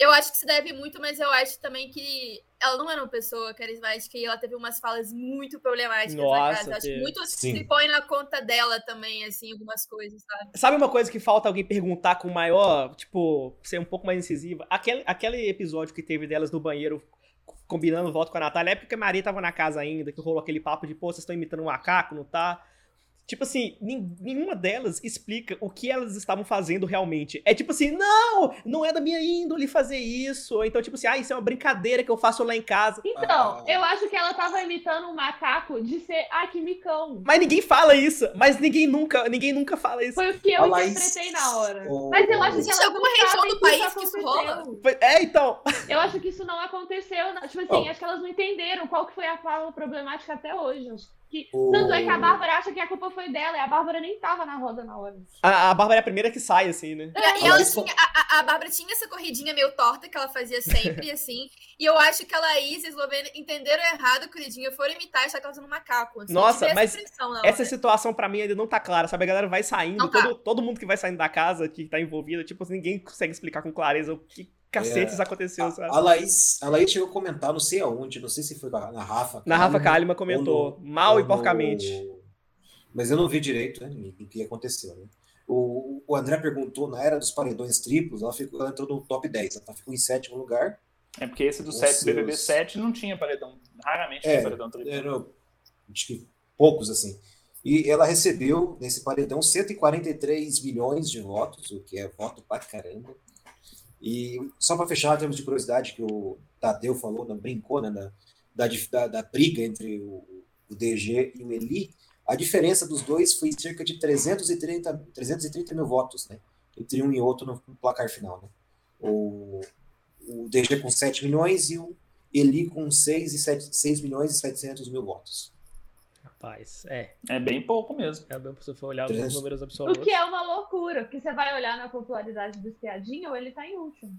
eu acho que se deve muito, mas eu acho também que ela não era uma pessoa carismática e ela teve umas falas muito problemáticas Nossa, na casa. Acho que teve. muito se Sim. põe na conta dela também, assim, algumas coisas, sabe? Sabe uma coisa que falta alguém perguntar com maior, tipo, ser um pouco mais incisiva? Aquele, aquele episódio que teve delas no banheiro combinando voto com a Natália, é porque a Maria tava na casa ainda, que rolou aquele papo de, pô, vocês estão imitando um macaco, não tá? Tipo assim, nin- nenhuma delas explica o que elas estavam fazendo realmente. É tipo assim, não, não é da minha índole fazer isso. Ou então, tipo assim, ah, isso é uma brincadeira que eu faço lá em casa. Então, Ah. eu acho que ela tava imitando um macaco de ser. Ah, que micão. Mas ninguém fala isso, mas ninguém nunca, ninguém nunca fala isso. Foi o que eu A Laís- interpretei na hora. O- Mas eu acho que Existe ela alguma não região sabe do que isso país que isso aconteceu. Foi- é, então, Eu acho que isso não aconteceu. não. Tipo assim, Ó. acho que elas não entenderam qual que foi a fala problemática até hoje. Acho que- O- Tanto é que a Bárbara acha que a culpa foi dela, e a Bárbara nem tava na roda na hora. a, a Bárbara é a primeira que sai, assim, né? E, e ela Laís- tinha, a, a- a Bárbara tinha essa corridinha meio torta que ela fazia sempre, assim. E eu acho que a Laís e a Eslovênia entenderam errado a corridinha, foram imitar e achar que ela tava um macaco. Assim, Nossa, tive essa mas impressão Então, na Essa hora. é situação pra mim ainda não tá clara, sabe? A galera vai saindo, Não tá. todo, todo mundo que vai saindo da casa, que tá envolvida, tipo, assim, ninguém consegue explicar com clareza o que cacetes aconteceu, sabe? É. A, a Laís, a Laís chegou a comentar, não sei aonde, não sei se foi na na Rafa. Na Rafa Kalima Kalimann, comentou, mal ou e no- porcamente. Mas eu não vi direito né, o que aconteceu. né? O, o André perguntou, na era dos paredões triplos, ela, ficou, ela entrou no top 10, ela ficou em sétimo lugar. É porque esse do Os 7, BBB seus. 7 não tinha paredão. Raramente É, tinha paredão triplo. Era, acho que poucos, assim. E ela recebeu, nesse paredão, 143 milhões de votos, o que é voto pra caramba. E só para fechar, em termos de curiosidade, que o Tadeu falou, né, brincou, né, na- da, dif- da, da briga entre o, o DG e o Eli, a diferença dos dois foi cerca de 330, 330 mil votos, né? Entre um e outro no placar final, né? O, o DG com 7 milhões e o Eli com 6, e 7, 6 milhões e 700 mil votos. Rapaz, é. É bem pouco mesmo. É bem pra você for olhar Três. os números O absolutos. que é uma loucura, porque você vai olhar na popularidade do Espiadinha ou ele tá em último.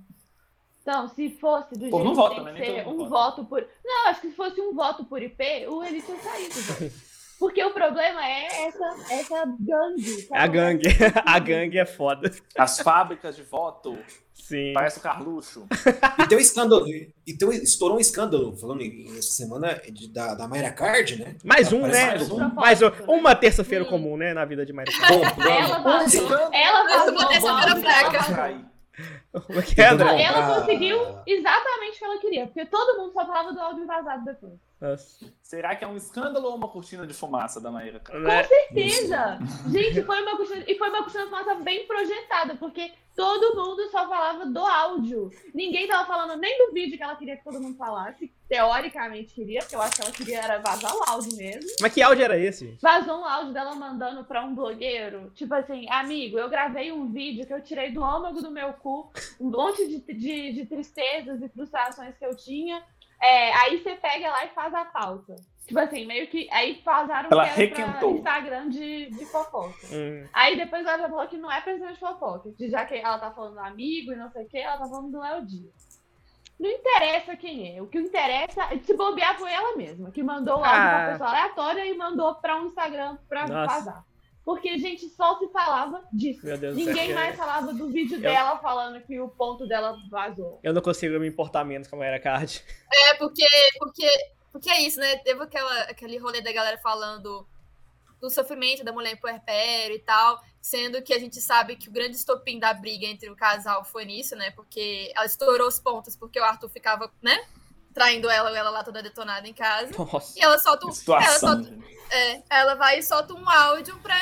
Então, se fosse do Pô, jeito não que vota, tem né? que Nem ser, todo mundo um vota. voto por... Não, acho que se fosse um voto por IP, o ele tinha saído. velho. Porque o problema é essa, essa gangue. que É A gangue. a gangue é foda. As fábricas de voto, Sim. parece o Carluxo. E tem um escândalo, e tem um- estourou um escândalo, falando em- em- essa semana, de- da, da Mayra Card, né? Mais um, né? Mais um. Mais um. Uma terça-feira Hum. comum, né? Na vida de Maria. Bom, Ela vazou. Ela Mas vazou. uma dessa a era bomba. fraca. Vai. Como é que é, André? Ela Ah. conseguiu exatamente o que ela queria, porque todo mundo só falava do áudio vazado depois. Nossa, Será que é um escândalo ou uma cortina de fumaça da Maíra? Carrá? né? Certeza! Gente, foi uma cortina, e foi uma cortina de fumaça bem projetada, porque todo mundo só falava do áudio. Ninguém tava falando nem do vídeo que ela queria que todo mundo falasse, teoricamente queria, porque eu acho que ela queria era vazar o áudio mesmo. Mas que áudio era esse, gente? Vazou um áudio dela mandando pra um blogueiro. Tipo assim, amigo, eu gravei um vídeo que eu tirei do âmago do meu cu, um monte de, de, de tristezas e frustrações que eu tinha. É, aí você pega lá e faz a pauta. Tipo assim, meio que. Aí vazaram Ela que era requentou. pra Instagram de, de fofoca. Hum, Aí depois ela já falou que não é pra Instagram de fofoca. de- Já que ela tá falando do amigo e não sei o que, ela tá falando do Léo Dias. Não interessa quem é. O que interessa é se bobear foi ela mesma, que mandou o áudio Ah. pra pessoa aleatória e mandou pra um Instagram pra Nossa. vazar. Porque, gente, só se falava disso. meu Deus do céu. Ninguém mais falava do vídeo dela falando que o ponto dela vazou. Eu não consigo me importar menos com a Mayra Card. É, porque, porque, porque é isso, né? Teve aquela, aquele rolê da galera falando do sofrimento da mulher em puerpério e tal, sendo que a gente sabe que o grande estopim da briga entre o casal foi nisso, né? Porque ela estourou os pontos porque o Arthur ficava, né? Traindo ela, ela lá toda detonada em casa. Nossa. E ela solta um, ela Situação. solta, gente. é, ela vai e solta um áudio pra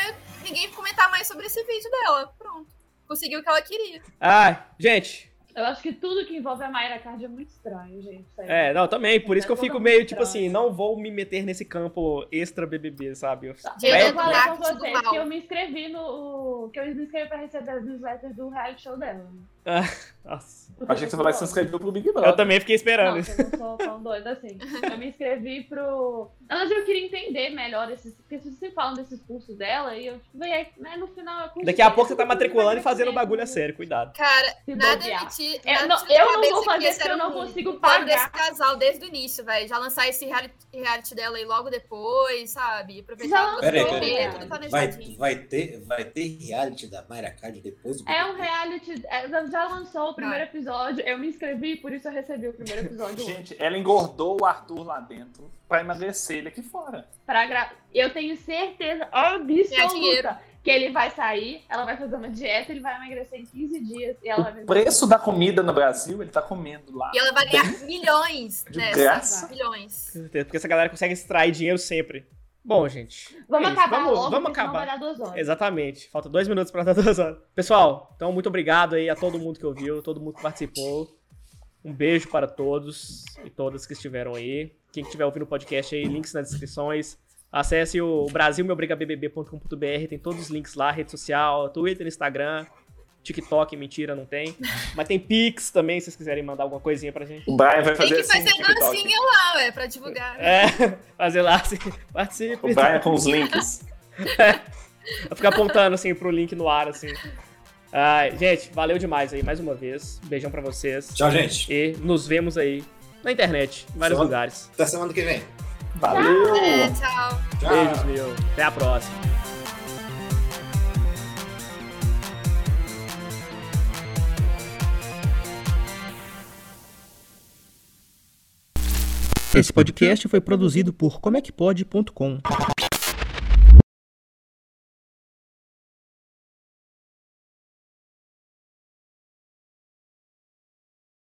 ninguém comentar mais sobre esse vídeo dela. Pronto. Conseguiu o que ela queria. Ah, gente. Eu acho que tudo que envolve a Mayra Card é muito estranho, gente. sério. É, não, também. Por isso que eu É fico todo meio, mundo tipo assim, trans. não vou me meter nesse campo extra BBB, sabe? Eu- Gente, Bem- eu falei pra marketing do vocês mal. que eu me inscrevi no. que eu me inscrevi pra receber as newsletters do reality show dela. né? Nossa. Achei que você falou que você se inscreveu pro Big Brother. Eu também fiquei Não, esperando. que eu não sou tão doida assim. Eu me inscrevi pro. Na verdade, eu queria entender melhor esses. Porque vocês sempre falam desses cursos dela e eu, tipo, véi, né, no final é curso Daqui a dela, pouco você eu tá não sei matriculando como e fazendo vai bagulho a ser, sério, cuidado. Cara, se nada bobear. emitir. Eu não, eu não vou fazer porque um eu não consigo desse pagar. casal desde o início, velho. Já lançar esse reality, reality dela aí logo depois, sabe? Já Aproveitar o Pera aí, Peraí, bebê, peraí. tudo Vai, planejadinho. vai, ter, vai ter reality da Mayra Card depois do É um reality. é, Já lançou o primeiro episódio, eu me inscrevi, por isso eu recebi o primeiro episódio hoje. Gente, ela engordou o Arthur lá dentro pra emagrecer ele aqui fora. Pra gra... Eu tenho certeza Ganhar dinheiro. absoluta que ele vai sair, ela vai fazer uma dieta, ele vai emagrecer em 15 dias e ela vai O me- preço da comida no Brasil, ele tá comendo lá. E ela vai ganhar milhões De nessa. graça. Milhões. Com certeza, Porque essa galera consegue extrair dinheiro sempre. Bom, gente. Vamos é isso, acabar vamos- logo, vamos porque senão acabar. vai dar duas horas. Exatamente. Falta dois minutos pra dar duas horas. Pessoal, então muito obrigado aí a todo mundo que ouviu, todo mundo que participou. Um beijo para todos e todas que estiveram aí. Quem estiver ouvindo o podcast aí, links nas descrições. Acesse o brasilmeobrigaBBB.com.br, tem todos os links lá, rede social, Twitter, Instagram, TikTok, mentira, não tem. Mas tem Pix também, se vocês quiserem mandar alguma coisinha pra gente. O Brian vai Tem fazer que assim no fazer TikTok. dancinha lá, ué, pra divulgar. É, fazer lá, assim, participe. O Brian com os links. Ficar apontando assim pro link no ar, assim. Ai, gente, valeu demais aí mais uma vez. Beijão pra vocês. Tchau, gente. E nos vemos aí na internet, em vários Tchau. lugares. Até semana que vem. Valeu! É, tchau. Tchau. Beijos, meu. Até a próxima. Esse podcast foi produzido por comecpod.com.